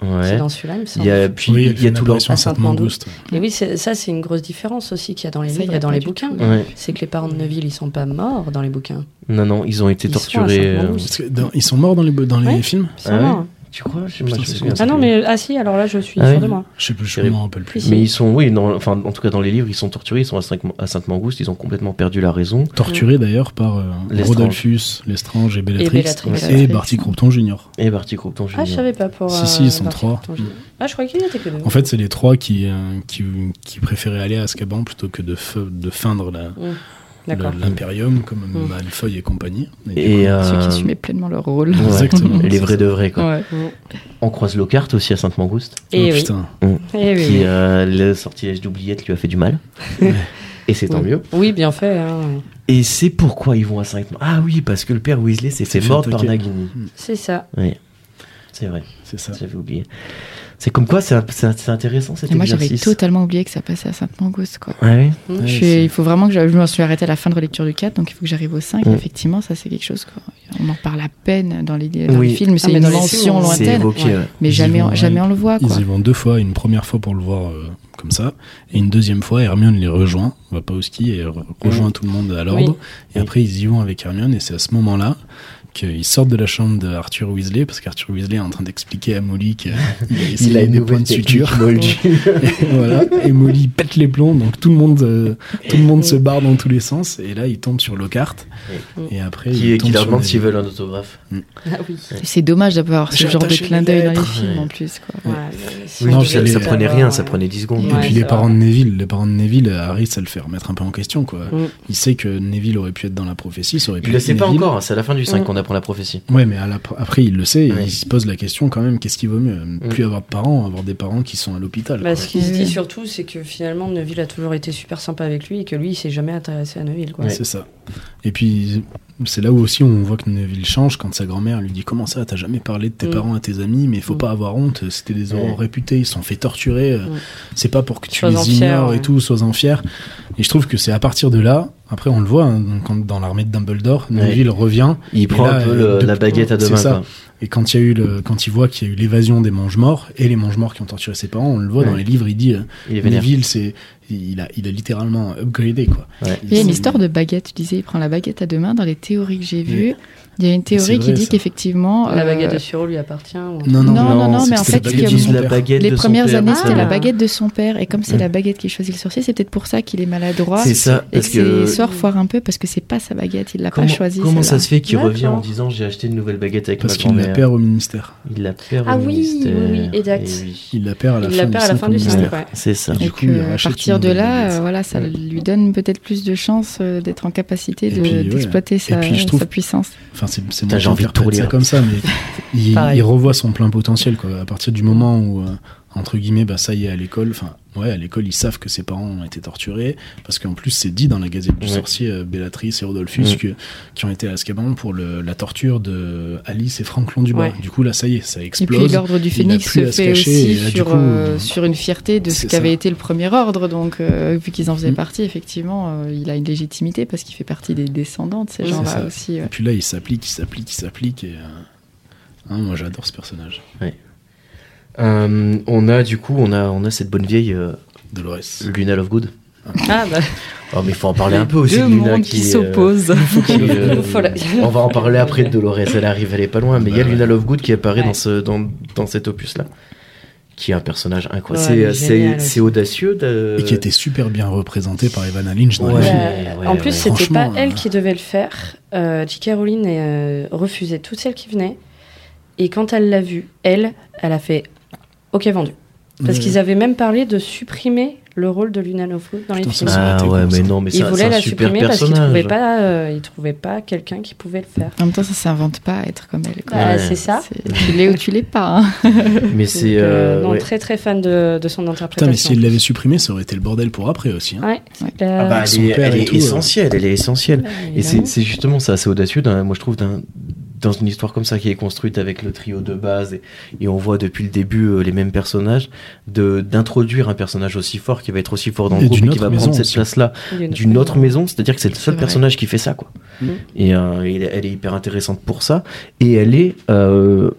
C'est
Ouais.
dans celui-là, il me
Il
semble.
y a, puis,
Oui,
il y a tout leur.
l'impression
À
cette
Sainte-Mangouste.
mangouste.
Et oui, c'est- ça, c'est une grosse différence aussi qu'il y a dans les
Ça, il y
livres
a
et dans
pas
les
du
bouquins.
tout. hein.
Ouais.
C'est que les parents de Neville, ils sont pas morts dans les bouquins.
Non, non, ils ont été
Ils sont à
torturés. euh,
Sainte-Mangouste.
Parce que dans- Ils sont morts dans les, bo- dans les
Ouais.
films
Ils sont
Ah ouais
morts.
Tu crois Je sais
Putain,
pas, je me
c'est
souviens
con.
hein. Ah non,
plus.
mais ah si, alors là, je suis
Ah
sûre
oui.
de moi.
Je sais plus, je
Terrible.
m'en rappelle plus.
Si,
Mais
si.
ils sont, oui, dans, enfin, en tout cas dans les livres, ils sont torturés, ils sont à, Cinq- à Sainte-Mangouste, ils ont complètement perdu la raison.
Torturé d'ailleurs par euh,
Lestrange.
Rodolphus, Lestrange et Bellatrix.
Bellatrix.
Et Barty Crompton Junior.
Et Barty Crompton Jr.
Ah, je savais pas pour.
Si,
euh,
si, ils sont
Barty
trois.
Crompton, je- Ah, je croyais qu'il y en était que deux.
En fait, c'est les trois qui, euh, qui, qui préféraient aller à Azkaban plutôt que de, fe- de feindre la-
Mmh. D'accord.
le- l'impérium comme
Mm.
Malfoy et compagnie.
Et, euh,
Ceux qui assumaient pleinement leur rôle.
ouais,
Exactement.
les vrais de vrais, quoi.
Ouais.
On croise Lockhart aussi à Sainte-Mangouste,
Et
oh,
Mmh. oui.
putain.
Eh oui.
qui, euh, le sortilège d'oubliette lui a fait du mal. Et c'est tant
Ouais.
mieux.
Oui, bien fait. hein.
Et c'est pourquoi ils vont à Sainte-Mangouste. Ah oui, parce que le père Weasley s'est fait
fait
mordre par
attaquer.
Nagini.
C'est ça.
Oui, c'est vrai,
C'est ça.
j'avais oublié. C'est comme quoi, c'est un- c'est un- c'est intéressant cet
Et moi, j'avais
exercice. Ah
totalement oublié que ça passait à Sainte-Mangouste, quoi.
Ouais, ouais.
Mm.
Ouais,
Je suis-
c'est-
il faut vraiment que j'arrive- je me suis arrêtée à la fin de la lecture du 4, donc il faut que j'arrive au 5.
Mm.
Effectivement, ça c'est quelque chose. quoi. On en parle à peine dans les, dans
Oui.
les films, c'est
Ah, mais
une
dans les films,
mention
on-
c'est
lointaine,
évoqué.
ouais.
ouais.
mais
Ils y
jamais,
vont,
jamais
ouais.
on le voit. Quoi.
Ils y vont deux fois, une première fois pour le voir euh, comme ça, et une deuxième fois, Hermione les rejoint, va pas au ski et re- rejoint tout le monde à l'ordre. Et
Oui.
après, ils y vont avec Hermione, et c'est à ce moment-là qu'ils sortent de la chambre d'Arthur Weasley, parce qu'Arthur Weasley est en train d'expliquer à Molly qu'il a essayé des points de suture.
moldue.
Et voilà. Et Molly pète les plombs, donc tout le monde, euh, tout le monde se barre dans tous les sens, et là, ils tombent sur Lockhart. Et après,
qui,
ils
qui
tombent
leur
sur
demande
des-
s'ils veulent un autographe.
Ah oui.
C'est dommage d'avoir ce
J'ai
genre de
attaché
clin
mes
d'œil dans les
lettres.
films
Ouais.
en plus. Quoi.
Ouais,
Oui,
Non,
puis
puis
ça,
les-
ça prenait rien,
ouais.
ça prenait 10 secondes.
Et
euh, Ouais,
puis
c'est
les parents
vrai.
de Neville, les parents de Neville, Harry, ça le fait remettre un peu en question, quoi.
Mm.
Il sait que Neville aurait pu être dans la prophétie, ça aurait pu
Il le
être
sait pas
Neville.
encore, hein, c'est à la fin du 5
Mm.
qu'on apprend la prophétie.
Ouais, mais à la- après, il le sait, et
Ouais. Mm.
il se pose la question quand même, qu'est-ce qui vaut mieux Plus avoir de parents, avoir des parents qui sont à l'hôpital.
Bah,
quoi.
ce qu'il se
Oui.
dit surtout, c'est que finalement, Neville a toujours été super sympa avec lui et que lui, il s'est jamais intéressé à Neville. Quoi.
C'est ça. Et puis, C'est là où aussi on voit que Neville change quand sa grand-mère lui dit Comment ça, t'as jamais parlé de tes
Mm.
parents à tes amis, mais faut
Mm.
pas avoir honte, c'était des oraux
Ouais.
réputés, ils se sont fait torturer, euh,
Mm.
c'est pas pour que tu
Sois-en
les
fier,
ignores et
ouais.
tout, sois-en fier. Et je trouve que c'est à partir de là, après on le voit, hein, quand dans l'armée de Dumbledore, Neville revient,
Il prend
là,
un peu
euh,
le-
de-
la baguette à deux
c'est
mains.
ça.
quoi.
et quand il, y a eu le, quand il voit qu'il y a eu l'évasion des mange-morts et les mange-morts qui ont torturé ses parents, on le voit dans
Ouais.
les livres, il dit euh,
Il est vénère.
Neville, c'est, il, a, il a littéralement upgradé. Quoi.
Ouais.
Il y a une
C'est-
histoire de baguette, tu disais, il prend la baguette à deux mains dans les théories que j'ai vues. Il y a une
C'est
théorie
vrai,
qui dit
ça.
qu'effectivement,
La
euh,
baguette de Suro lui appartient. ou-
Non, non, non,
Non, non, non,
c'est
mais
que
en
c'est
fait,
la
il y a
baguette de son
la
père.
baguette
les
de son
premières
père,
années,
ça,
c'était la
ouais.
baguette de son père. Et comme c'est
Mm.
la baguette qui choisit le sorcier, c'est peut-être pour ça qu'il est maladroit.
C'est ça,
Et
parce
que ses
que.
sorts foirent un peu parce que c'est pas sa baguette, il l'a
Comment,
pas choisi.
comment ça
celle-là.
se fait qu'il revient en
D'accord.
disant j'ai acheté une nouvelle baguette avec
Parce
ma
qu'il la
grand-mère
perd au ministère.
Il la perd
Ah
au
oui,
ministère.
oui, oui, exact.
Eh oui.
Il la perd à la
Il
fin
la
du
perd à la
cinq
fin du
au ministère.
cinq, ouais.
C'est ça.
Du
Et
coup, il
que à
rachète
partir
une
de là,
baguette.
euh, voilà, ça
Ouais.
lui donne peut-être plus de chances euh, d'être en capacité
Et
de-
puis, ouais.
d'exploiter
Et
sa,
puis, je trouve-
sa puissance.
Enfin, c'est c'est
Putain,
moi
j'ai
qui
envie de
interprète
tout lire.
ça comme ça, mais il,
Pareil.
il revoit son plein potentiel quoi. À partir du moment où euh, entre guillemets, bah ça y est à l'école. Enfin, ouais, à l'école ils savent que ses parents ont été torturés parce qu'en plus c'est dit dans la Gazette du
Ouais. Mm.
Sorcier, euh, Bellatrix et Rodolphus
Ouais.
que- qui ont été à Azkaban pour le- la torture de Alice et Franklin Dubois.
Ouais.
Du coup là, ça y est, ça
Et puis
explose.
l'ordre du
a
phénix
plus
se
à se
fait
cacher,
aussi
et là, du
sur,
coup,
euh,
euh,
sur une fierté de ce
c'est
qu'avait
ça.
été le premier ordre. Donc, euh, vu qu'ils en faisaient
Mm.
partie, effectivement, euh, il a une légitimité parce qu'il fait partie des descendants de ces
Oui,
c'est
gens-là
ça.
aussi.
Et
ouais.
puis là, il s'applique, il s'applique, il s'applique. Et euh, hein, moi, j'adore ce personnage.
Euh, on a du coup, on a, on a cette bonne vieille euh,
Dolores.
Luna Lovegood.
Ah bah,
Oh, mais il faut en parler un peu aussi
Deux
de Luna
mondes
qui,
qui
euh,
s'opposent.
qui, euh,
Il faut la-
on va en parler après de Dolores. Elle arrive, elle est pas loin, mais il y a
Bah,
Luna Lovegood qui apparaît
Ouais.
dans ce, dans, dans cet opus là, qui est un personnage
Ouais, elle
incroyable. C'est-
est
c'est,
géniale
c'est audacieux. De...
Et qui était super bien représenté par Evan Lynch dans
Ouais,
le film.
Ouais,
ouais,
en
ouais.
plus, c'était
Franchement,
pas
euh,
elle qui devait le faire. Euh, J.K. Rowling euh, refusait toutes celles qui venaient. Et quand elle l'a vu, elle, elle a fait OK, vendu. Parce
Ouais.
qu'ils avaient même parlé de supprimer le rôle de Luna Lovegood dans les
Putain,
films.
ça,
Ah
C'était
ouais,
comme
mais
ça.
non, mais
Ils
ça, c'est
voulaient
un
la
super
supprimer parce qu'ils
personnage.
trouvaient pas, euh, ils trouvaient pas quelqu'un qui pouvait le faire.
En même temps, ça s'invente pas à être comme elle. quoi.
Bah,
Ouais.
c'est ça.
C'est- Tu l'es ou tu l'es pas. hein.
Mais
Donc,
c'est
euh,
euh,
non,
ouais.
très très fan de, de
Putain,
son
mais
interprétation.
s'il l'avait supprimé, ça aurait été le bordel pour après aussi. hein.
Ouais,
Ouais.
la-
Ah bah,
Son
elle est,
père
elle
et
est
tout, euh.
essentielle, elle est essentielle.
Ouais,
Et
évidemment.
c'est c'est justement ça, c'est audacieux, d'un- moi je trouve, d'un- dans une histoire comme ça qui est construite avec le trio de base et, et on voit depuis le début euh, les mêmes personnages, de- d'introduire un personnage aussi fort qui va être aussi fort dans le
Et
groupe
d'une
et qui
autre
va
maison
prendre cette
aussi.
place-là
Il y a une
d'une autre maison, c'est-à-dire que c'est le
C'est
seul
vrai.
personnage qui fait ça. quoi.
Mhm.
Et euh, elle, elle est hyper intéressante pour ça et elle est euh,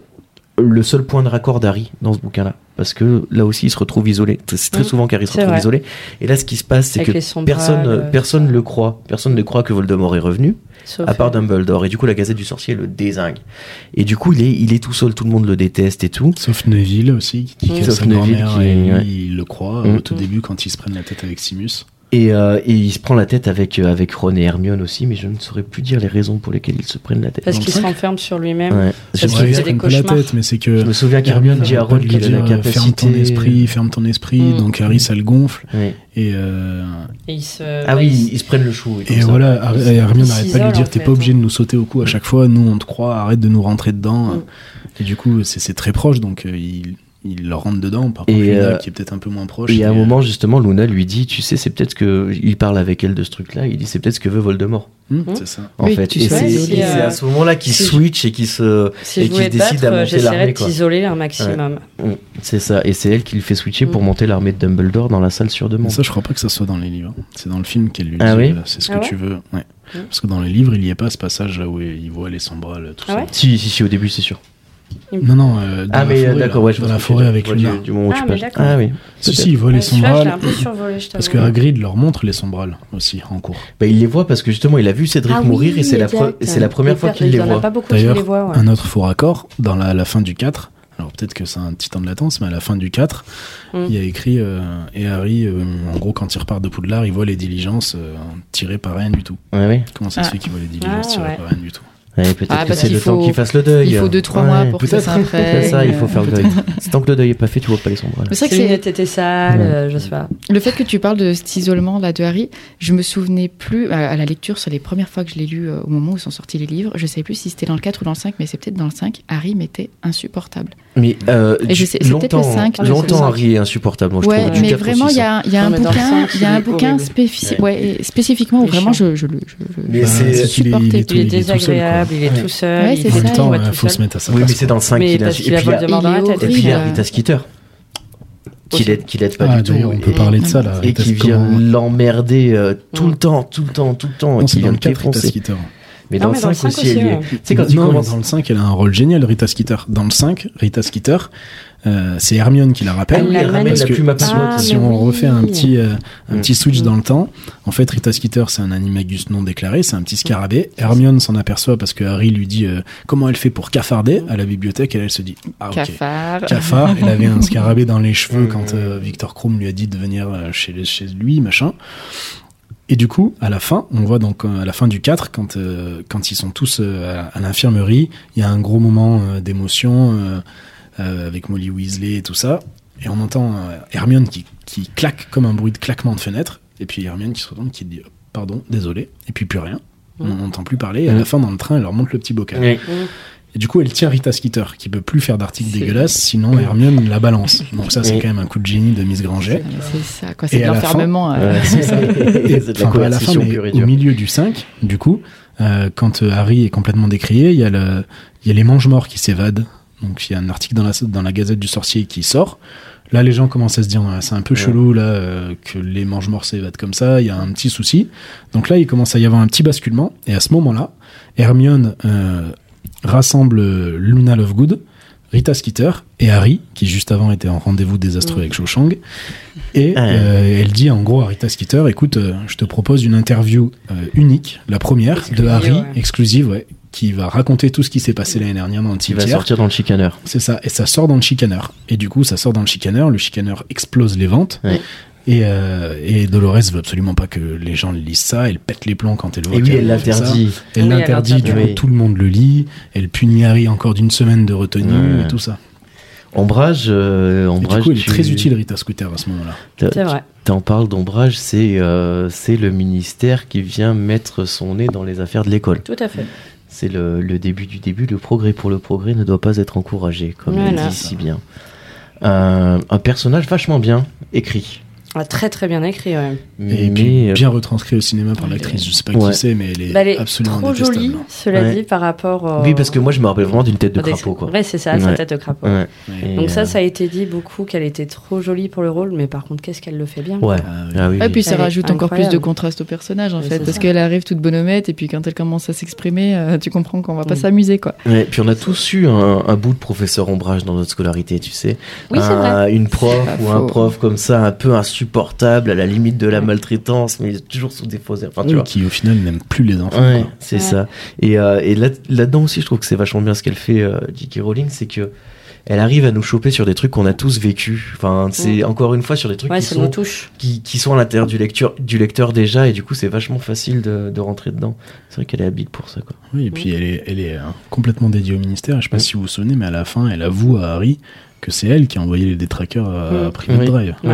le seul point de raccord d'Harry dans ce bouquin-là. Parce que là aussi, il se retrouve isolé. C'est très
Mhm.
souvent qu'Harry se
C'est
retrouve
vrai.
isolé. Et là, ce qui se passe, c'est
Avec
que
les sombrales,
personne,
euh,
personne
ça.
le croit. Personne ne croit que Voldemort est revenu,
Sauf
à part
elle.
Dumbledore. Et du coup, la Gazette du Sorcier le désingue. Et du coup, il est, il est tout seul, tout le monde le déteste et tout.
Sauf Neville aussi, qui dit
Mm.
que
Sauf
sa
Neville
grand-mère,
qui-
et lui,
ouais.
il le croit
Mm.
au tout
Mm.
début quand ils se prennent la tête avec Simus.
Et, euh, et il se prend la tête avec, euh, avec Ron et Hermione aussi, mais je ne saurais plus dire les raisons pour lesquelles ils se prennent la tête.
Parce
dans le
qu'il se
cinq.
renferme sur lui-même.
Ouais. Je,
Parce
me
qu'il
ils
souviens-
se
faisait
prennent
des
pas la
cauchemars.
tête, mais c'est
je
que
me souviens qu'Hermione dit à Ron
arrête de
qu'il a
dire, euh,
la capacité.
ferme ton esprit, ferme ton esprit.
Mm.
Donc Harry, ça le gonfle.
Ouais.
Et, euh,
Et il se,
Ah
bah,
oui,
il se-
ils se prennent le chou. comme
et
ça.
voilà, Har- et Hermione n'arrête pas de
s'isole,
lui
en
dire t'es
fait, hein.
pas obligé de nous sauter au cou à chaque fois. Nous, on te croit. Arrête de nous rentrer dedans.
Mm.
Et du coup, c'est c'est très proche. Donc euh, il, il leur rentre dedans. Par
Et,
contre, Luna,
euh,
qui est peut-être un peu moins proche. euh,
Et à un
mais,
moment, justement, Luna lui dit Tu sais, c'est peut-être ce que. Il parle avec elle de ce truc-là, il dit C'est peut-être ce que veut Voldemort,
euh, mm,
Hmm.
C'est ça.
en
Oui,
fait.
tu
Et
sais,
c'est
si,
et c'est
euh,
à ce moment-là qu'il
si je-
switch et qu'il se.
Si
et
je
qu'il
voulais te
décide à
battre,
monter l'armée,
j'essaierais de
quoi.
t'isoler un maximum.
Mm, C'est ça, et c'est elle qui le fait switcher pour
Mm.
monter l'armée de Dumbledore dans la salle sur
Mais
demande.
ça, je crois pas que ça soit dans les livres. hein. C'est dans le film qu'elle lui dit
Ah oui
euh, c'est ce que
Ah ouais
tu veux. Ouais.
Mm.
Parce que dans les livres, il n'y a pas ce passage là où il voit les sombrales, tout
Ah
ça.
ouais
Si, si, si, au début, c'est sûr.
Non, non, euh, dans
ah,
la
mais euh,
forêt,
d'accord,
là,
ouais, je
dans
vois
la
ce que tu
forêt
veux
avec
dire.
Luna.
Du, du moment où
Ah,
tu
mais
passes.
d'accord.
Ah, oui.
Si,
peut-être.
si, il voit les
Ouais, celui-là, je l'ai un
sombrales.
peu survolé, je
Parce que
t'avoue.
Hagrid leur montre les sombrales aussi en cours.
Bah, il les voit parce que justement, il a vu Cédric
Ah oui,
mourir et c'est la, pre-
exact.
et c'est la première
Il
fois
perd-
qu'il les
Il y en a
voit.
pas beaucoup qui
D'ailleurs,
les voient. ouais.
Un autre faux raccord, dans la, la fin du 4, alors peut-être que c'est un petit temps de latence, mais à la fin du 4,
Mm.
il y a écrit euh, Et Harry, euh, en gros, quand il repart de Poudlard, il voit les diligences euh, tirées par rien du tout.
Ouais, ouais.
Comment ça se
Ah.
fait qu'il voit les diligences
Ah,
tirées
ouais.
par rien du tout
Ouais, peut-être
Ah,
que
parce
c'est
qu'il
le temps
faut-
qu'ils fassent le deuil.
Il faut 2-3
Ouais,
mois pour que ça
peut-être.
s'imprègne.
C'est ça, il faut faire le deuil. Si tant que le deuil est pas fait, tu vois pas les sombrales.
Mais c'est vrai que
Les
c'est-
lunettes étaient sales,
Ouais.
euh, je sais pas.
Le fait que tu parles de cet isolement là de Harry, je me souvenais plus euh, à à la lecture, c'est les premières fois que je l'ai lu euh, au moment où sont sortis les livres, je sais plus si c'était dans le 4 ou dans le 5, mais c'est peut-être dans le 5, Harry m'était insupportable.
Mais euh,
Et je
du-
sais- c'est peut-être
longtemps,
le cinq,
je sais
longtemps,
pas.
Harry est insupportable. Moi, je
ouais,
trouve du
mais
4 au
vraiment il y
6, hein.
a, il y a
Non,
un
mais dans le
bouquin,
cinq,
il y a
il
un
est
bouquin
horrible.
spécifi-
Ouais.
ouais, et spécifiquement où
Méchant.
vraiment je, je le je, je-
Mais
je-
c'est-
je
Euh, qu'il est- il
supportais
est
plus.
tout-
Il est
tout seul, quoi.
désagréable, il est
Ouais.
tout seul.
Ouais,
il
c'est
En
voit
ça,
même
tout,
temps,
il voit
il
tout
faut
seul.
se mettre à sa
Oui, mais
place,
c'est
quoi.
dans le 5
Mais
qu'il a
parce qu'il a
et puis-
Voldemort dans la
il est
tête.
Et
horrible.
puis il y a
euh,
Rita Skeeter, qui
Aussi.
l'aide qui l'aide pas
Ah,
du tout.
d'ailleurs, on peut
et-
parler de ça là.
Et qui
peut-être
vient
comment-
l'emmerder euh, tout
Ouais.
le temps, tout le temps, tout le temps.
Non,
et qui
c'est dans
vient
le
le
4, Rita
défoncer.
Skeeter.
Mais dans
Non,
le
mais
5
dans le cinq
aussi, elle y
aussi,
est.
ouais.
Tu sais, quand tu
Non, mais
commences.
Dans le 5, elle a un rôle génial, Rita Skeeter. Dans le 5, Rita Skeeter, euh, c'est Hermione qui la rappelle.
Ah Elle la
parce
ramène
que
la plume à
si-
Passois,
Si,
mais
on
oui.
refait un petit, euh, un
Mm.
petit switch
Mm.
dans le temps, en fait, Rita Skeeter, c'est un animagus non déclaré, c'est un petit scarabée. Hermione s'en aperçoit parce que Harry lui dit euh, comment elle fait pour cafarder à la bibliothèque. Et là, elle se dit Ah, ok.
cafard.
Cafard, elle avait un scarabée dans les cheveux
Mm.
quand euh, Victor Krum lui a dit de venir euh, chez, les- chez lui, machin. Et du coup, à la fin, on voit donc euh, à la fin du 4, quand, euh, quand ils sont tous euh, à, à l'infirmerie, il y a un gros moment euh, d'émotion euh, euh, avec Molly Weasley et tout ça. Et on entend euh, Hermione qui, qui claque comme un bruit de claquement de fenêtre. Et puis Hermione qui se retourne, qui dit euh, pardon, désolé. Et puis plus rien. On
Mm.
n'entend plus parler. Et à
Mm.
la fin, dans le train, elle leur montre le petit bocal.
Oui.
Et du coup, elle tient Rita Skeeter, qui peut plus faire d'articles
C'est-
dégueulasses, sinon Hermione la balance. Donc ça, c'est
Oui.
quand même un coup de génie de Miss
C'est
Granger.
c'est ça quoi, c'est
Et
de
à la fin-
l'enfermement. euh,
Ouais, c'est ça. C'est de la
Enfin, pas à la fin,
coercition
mais
pure et
au
dure.
milieu du 5, du coup, euh, quand euh, Harry est complètement décrié, il y a, le, il y a les mange-morts qui s'évadent. Donc il y a un article dans la, dans la Gazette du Sorcier qui sort. Là, les gens commencent à se dire, Ah, c'est un peu
Ouais.
chelou là euh, que les mange-morts s'évadent comme ça. Il y a un petit souci. Donc là, il commence à y avoir un petit basculement. Et à ce moment-là, Hermione euh, rassemble euh, Luna Lovegood, Rita Skeeter et Harry, qui juste avant était en rendez-vous désastreux
Mm.
avec Cho Chang. Et
Ah.
euh, elle dit en gros à Rita Skeeter, écoute, euh, je te propose une interview euh, unique, la première
Exclusive,
de Harry,
ouais.
exclusive, ouais, qui va raconter tout ce qui s'est passé l'année dernière dans le
Il va
cimetière.
sortir dans le chicaner.
C'est ça, et ça sort dans le chicaneur. Et du coup, ça sort dans le chicaneur, le chicaneur explose les ventes.
Ouais.
Et, euh, et Dolores veut absolument pas que les gens lisent ça, elle pète les plombs quand elle voit
Et oui,
qu'elle
elle
fait ça.
l'interdit.
Elle
Ah Oui, elle
l'interdit, du coup,
l'interdit. Oui.
tout le monde le lit. Elle punit Harry encore d'une semaine de retenue
Ouais.
et tout ça.
Ombrage, euh,
Et
Ombrage.
du coup, il est
tu-
très utile, Rita Scooter, à ce moment-là.
t'as-
C'est vrai.
T'en parles d'ombrage, c'est euh, c'est le ministère qui vient mettre son nez dans les affaires de l'école.
Tout à fait.
C'est le, le début du début. Le progrès pour le progrès ne doit pas être encouragé, comme
Voilà.
il dit si bien. Euh, un personnage vachement bien écrit.
Ah, très très bien écrit. ouais.
Mais,
Et puis,
euh,
bien retranscrit au cinéma par
elle
l'actrice,
est-
je sais pas
Ouais.
qui c'est, mais elle est
Bah, elle est
absolument
trop
détestable.
jolie, cela
Ouais.
dit, par rapport. au-
oui, parce que moi, je me rappelle vraiment d'une tête de
au dessin.
crapaud, quoi.
Ouais, c'est ça, sa
Ouais.
tête de crapaud.
Ouais.
Ouais.
Et,
Donc
euh,
ça, ça a été dit beaucoup qu'elle était trop jolie pour le rôle, mais par contre, qu'est-ce qu'elle le fait bien.
Ouais.
Ah oui.
Ah oui,
Et
oui.
puis ça
Elle est
rajoute encore plus de
incroyable.
contraste au personnage en
Mais
fait,
c'est
parce
ça.
qu'elle arrive toute bonhomette et puis quand elle commence à s'exprimer, euh, tu comprends qu'on va pas
Mm.
s'amuser quoi.
Ouais, puis on a tous eu un, un bout de professeur ombrage dans notre scolarité, tu sais.
Oui, c'est
Un- Une prof
C'est pas
ou un
faux.
prof comme ça, un peu insupportable, à la limite de la maltraitance, mais toujours sous des faux airs. Enfin, tu
Oui,
vois.
qui au final n'aime plus les enfants.
Ouais,
quoi.
c'est
Ouais.
ça. Et, euh, et là- là-dedans aussi, je trouve que c'est vachement bien ce qu'elle fait, euh, J.K. Rowling, c'est que elle arrive à nous choper sur des trucs qu'on a tous vécu. Enfin, c'est encore une fois sur des trucs
Ouais,
qui,
ça nous
sont,
touche.
qui, qui sont à l'intérieur du, lecture, du lecteur déjà, et du coup, c'est vachement facile de, de rentrer dedans. C'est vrai qu'elle est habile pour ça, quoi.
Oui, et puis elle est, elle est euh, complètement dédiée au ministère. Je sais pas
Mm.
si vous vous souvenez, mais à la fin, elle avoue à Harry que c'est elle qui a envoyé les détraqueurs à
Mm.
Private
Oui.
Drive.
Ouais.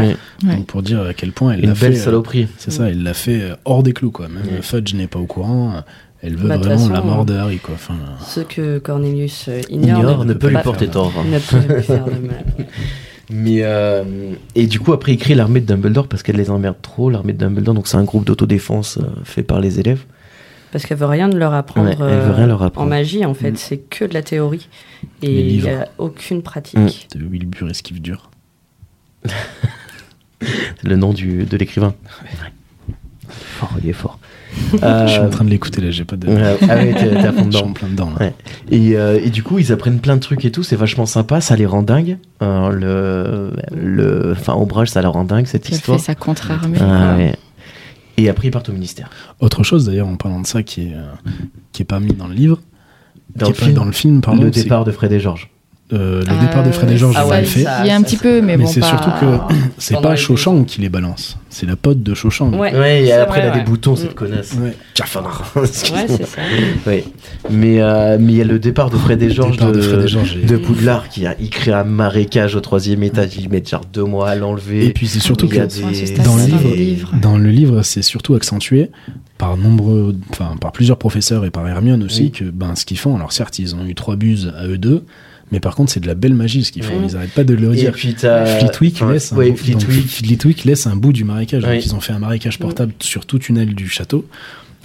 Ouais.
Donc pour dire à quel point elle
Une
l'a
belle Mm.
fait, euh,
saloperie.
C'est ça, elle l'a fait euh, hors des clous, quoi. Même
Ouais.
Fudge n'est pas au courant. Elle veut
Bah, de toute
vraiment
façon,
la mort
hein.
de
euh,
Harry, quoi. Enfin,
Ce que Cornelius euh, ignore,
Ignore, ne
ne
peut
peut
lui
pas
porter
faire
tort. hein.
ne peut plus faire de mal.
Mais euh, et du coup après il crée l'armée de Dumbledore parce qu'elle les emmerde trop l'armée de Dumbledore donc c'est un groupe d'autodéfense euh, fait par les élèves.
Parce qu'elle veut rien de leur apprendre,
Ouais, elle veut
euh,
rien leur apprendre.
en magie, en fait.
Mm.
C'est que de la théorie.
Les
Et il n'y
livres.
a aucune pratique.
Mm.
de Wilbur esquive dur.
C'est le nom du, de l'écrivain. Fort, il est fort.
Je suis
Euh,
en train de l'écouter là, j'ai pas de.
euh, ah ouais, t'es- t'es à fond
Je suis
dedans.
en plein dedans. là.
Ouais. Et, euh, et du coup, ils apprennent plein de trucs et tout, c'est vachement sympa, ça les rend dingues. Euh, le, le, enfin, Ombrage, ça la rend dingue cette
Elle
histoire.
fait sa contre-armée.
Ah
quoi.
ouais. Et après, ils partent au ministère.
Autre chose d'ailleurs en parlant de ça qui est euh, qui est pas mis dans le livre,
Dans
qui
le
est pas
film,
dans le film, pardon,
le
c'est-
départ de Fred et George.
euh, le départ de Fred et Georges,
Ah
je
ouais,
l'avais fait.
ça-
Il y a un petit peu, mais,
mais
bon,
c'est
pas-
surtout que c'est
Pendant
pas
les-
Chauchamp qui les balance, c'est la pote de Chauchamp.
Ouais,
Ouais, et
c'est
après,
vrai,
elle a
ouais.
des boutons,
Mm.
cette connasse.
Ouais.
Cafard.
Ouais,
Excuse-moi.
c'est ça.
Ouais. Mais euh, mais il y a le départ de Fred et Georges
départ de Fred et Georges est-
de Poudlard qui a, il crée un marécage au troisième étage. Il met genre deux mois à l'enlever.
Et puis c'est surtout
Il y
que
a
Ils sont à ce
des-
stade-là
dans le
des-
livre-
livre.
dans le livre, c'est surtout accentué par nombreux, enfin par plusieurs professeurs et par Hermione aussi
Oui.
que ben ce qu'ils font. Alors certes, ils ont eu trois buses à eux deux, mais par contre, c'est de la belle magie ce qu'ils font.
Oui.
Ils arrêtent pas de le
Et
dire.
puis t'as
Flitwick
enfin,
laisse, un
Euh, ouais,
bout, donc,
Flitwick.
Flitwick laisse un bout du marécage.
Oui. Mm.
Donc ils ont fait un marécage portable sur toute une aile du château.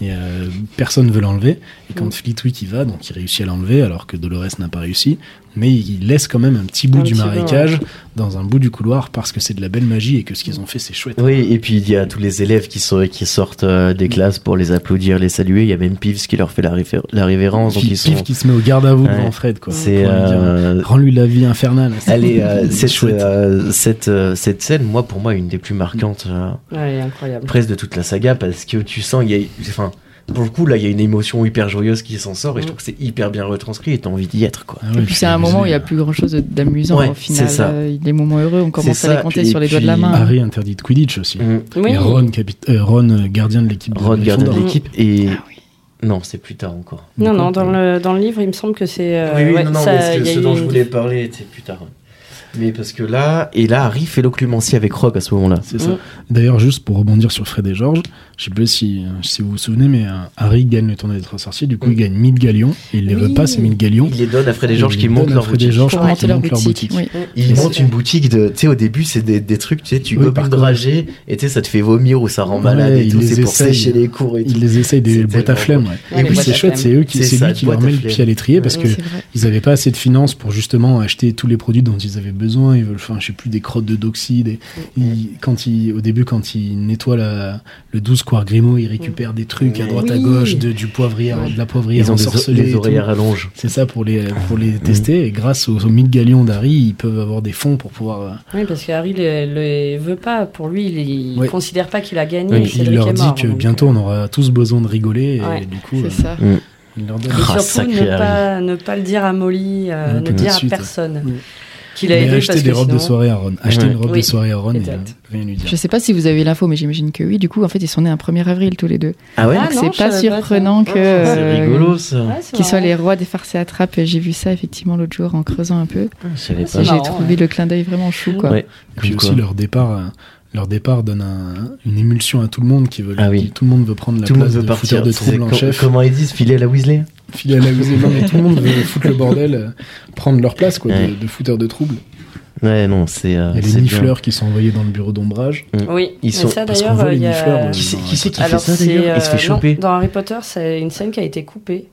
Et euh, personne veut l'enlever. Et
Mm.
quand Flitwick y va, donc il réussit à l'enlever alors que Dolores n'a pas réussi. Mais il laisse quand même un petit bout
Un
du
petit bout,
marécage dans un bout du couloir parce que c'est de la belle magie et que ce qu'ils ont fait c'est chouette.
Oui, et puis il y a tous les élèves qui, sont, qui sortent euh, des classes pour les applaudir, les saluer. Il y a même Pives qui leur fait la, réfé- la révérence. Donc
Puis
ils sont-
Pif qui se met au garde à vous
Ouais.
devant Fred quoi.
C'est.
Pour lui dire,
euh,
Rends-lui la vie infernale.
Elle est, euh, cette,
hein chouette.
euh, cette, euh, cette scène, moi, pour moi, une des plus marquantes euh,
Ouais, il est incroyable.
presque de toute la saga parce que tu sens, il y a, enfin, pour le coup, là, il y a une émotion hyper joyeuse qui s'en sort et je trouve que c'est hyper bien retranscrit et t'as envie d'y être, quoi.
Ah ouais,
Et puis c'est un
abusé,
moment où il n'y a
là.
plus grand chose d'amusant
Ouais,
au final.
c'est ça.
Euh, Des moments heureux, on commence
C'est
à
ça,
les compter
puis-
sur les doigts de la
puis-
main.
Harry interdit de Quidditch aussi.
Mm.
Oui.
Et Ron, capit- euh, Ron, euh, gardien de l'équipe de
Ron, gardien de
Gryffondor.
l'équipe et.
Ah oui.
Non, c'est plus tard encore.
Non, non,
Donc,
dans le, dans le livre, il me semble que c'est. euh,
oui, oui,
ouais,
non, non,
ça,
mais ce,
il
que-
y a
ce
eu
dont je
une-
voulais parler était plus tard. Mais parce que là, et là, Harry fait l'occlumentie avec Rogue à ce moment-là.
C'est ça.
Mm.
D'ailleurs, juste pour rebondir sur Fred et Georges, je sais pas si, euh, si vous vous souvenez, mais euh, Harry gagne le tournoi des trois sorciers. Du coup,
Mm.
il gagne 1000 galions. Et il les
Oui.
veut pas, ces 1000 galions.
Il les donne à Fred et
Il
Georges
les
qui
donne
montent
à
leur
Fred et
boutique.
Georges
Pour
qui
monter leur
montent leur
boutique.
boutique.
oui.
Ils
Et
montent
c'est-
une boutique de. Tu sais, au début, c'est des, des trucs, tu sais, tu
Oui,
peux
par
pas
contre.
drager et tu sais, ça te fait vomir ou ça rend
Ouais,
malade et
ils
tout.
les
C'est pour
essayent.
sécher les cours et tout.
Il les essaye des
C'est
boîtes à
tellement
flemme. ouais.
Ouais,
Et
les
puis
boîtes
c'est
à
chouette,
flemme.
c'est eux qui,
C'est
c'est
ça,
lui qui leur
boîte à
met le
flemme.
pied à l'étrier parce
Ouais,
que
c'est vrai.
ils n'avaient pas assez de finances pour justement acheter tous les produits dont ils avaient besoin. Ils veulent, enfin, je sais plus, des crottes de doxy. des- ils- quand ils, au début, quand ils nettoient la- le 12 Square Grimaud, ils récupèrent des trucs à droite à
Oui.
gauche, de, du poivrier, de la poivrière
Ils ont des, o-
ensorcelée et
des
tout.
oreilles à rallonge.
C'est ça pour
Ah,
les, pour les tester. Et grâce aux, aux 1000 galions d'Harry, ils peuvent avoir des fonds pour pouvoir. euh,
Oui, parce que Harry les, les veut pas. Pour lui, il, il
Ouais.
considère pas qu'il a gagné.
Oui,
et
et
puis
Cédric
il leur
est
dit
mort,
que
donc, euh,
bientôt on aura tous besoin de rigoler. Et
Ouais,
du coup,
C'est
euh,
ça.
il leur donne.
euh, Et
Ah,
surtout,
sacré
ne
Harry.
pas, ne pas le dire à Molly,
Mm.
euh, ne
Tout de
dire
suite.
à personne
Mm.
qu'il a
Mais
aidé
acheter
parce
des
que
robes de
sinon-
soirée à Ron. Acheter
Ouais.
une robe de
Oui,
soirée à Ron et
exact.
euh, rien lui dire.
Je sais pas si vous avez l'info, mais j'imagine que oui. Du coup, en fait, ils sont nés un 1er avril tous les deux.
Ah ouais
Ah,
Donc
non,
c'est
je
pas
savais pas ça. Ah,
surprenant que
C'est
euh,
rigolo ça.
Ouais, c'est
qu'ils soient
marrant.
les rois des farces et attrapes. J'ai vu ça effectivement l'autre jour en creusant un peu.
Je savais
C'est
Ah
pas.
Et J'ai
marrant,
trouvé
ouais.
le clin d'œil vraiment chou, quoi.
Ouais.
Et puis
Comme
aussi
quoi.
leur départ, euh, leur départ donne un- une émulsion à tout le monde qui veut.
Ah oui.
Tout le monde veut prendre la
Tout le monde
place
veut
de
partir.
fouteur de
C'est
trouble en
com-
chef.
Comment ils disent Filer à la Weasley
Filer à la housée. Non, mais tout le monde veut foutre le bordel, euh, prendre leur place quoi, de-
Ouais.
de, fouteur de trouble.
Ouais, non, c'est. euh,
Il y a
c'est
les
bien.
nifleurs qui sont envoyés dans le bureau d'ombrage.
Oui,
Ils
mais
sont-
ça
parce qu'on
d'ailleurs,
voit les
il y
nifleurs,
a.
euh,
Qui c'est qui, c'est qui fait
Alors,
ça
c'est,
d'ailleurs Il se
euh,
fait
non,
choper.
dans Harry Potter, c'est une scène qui a été coupée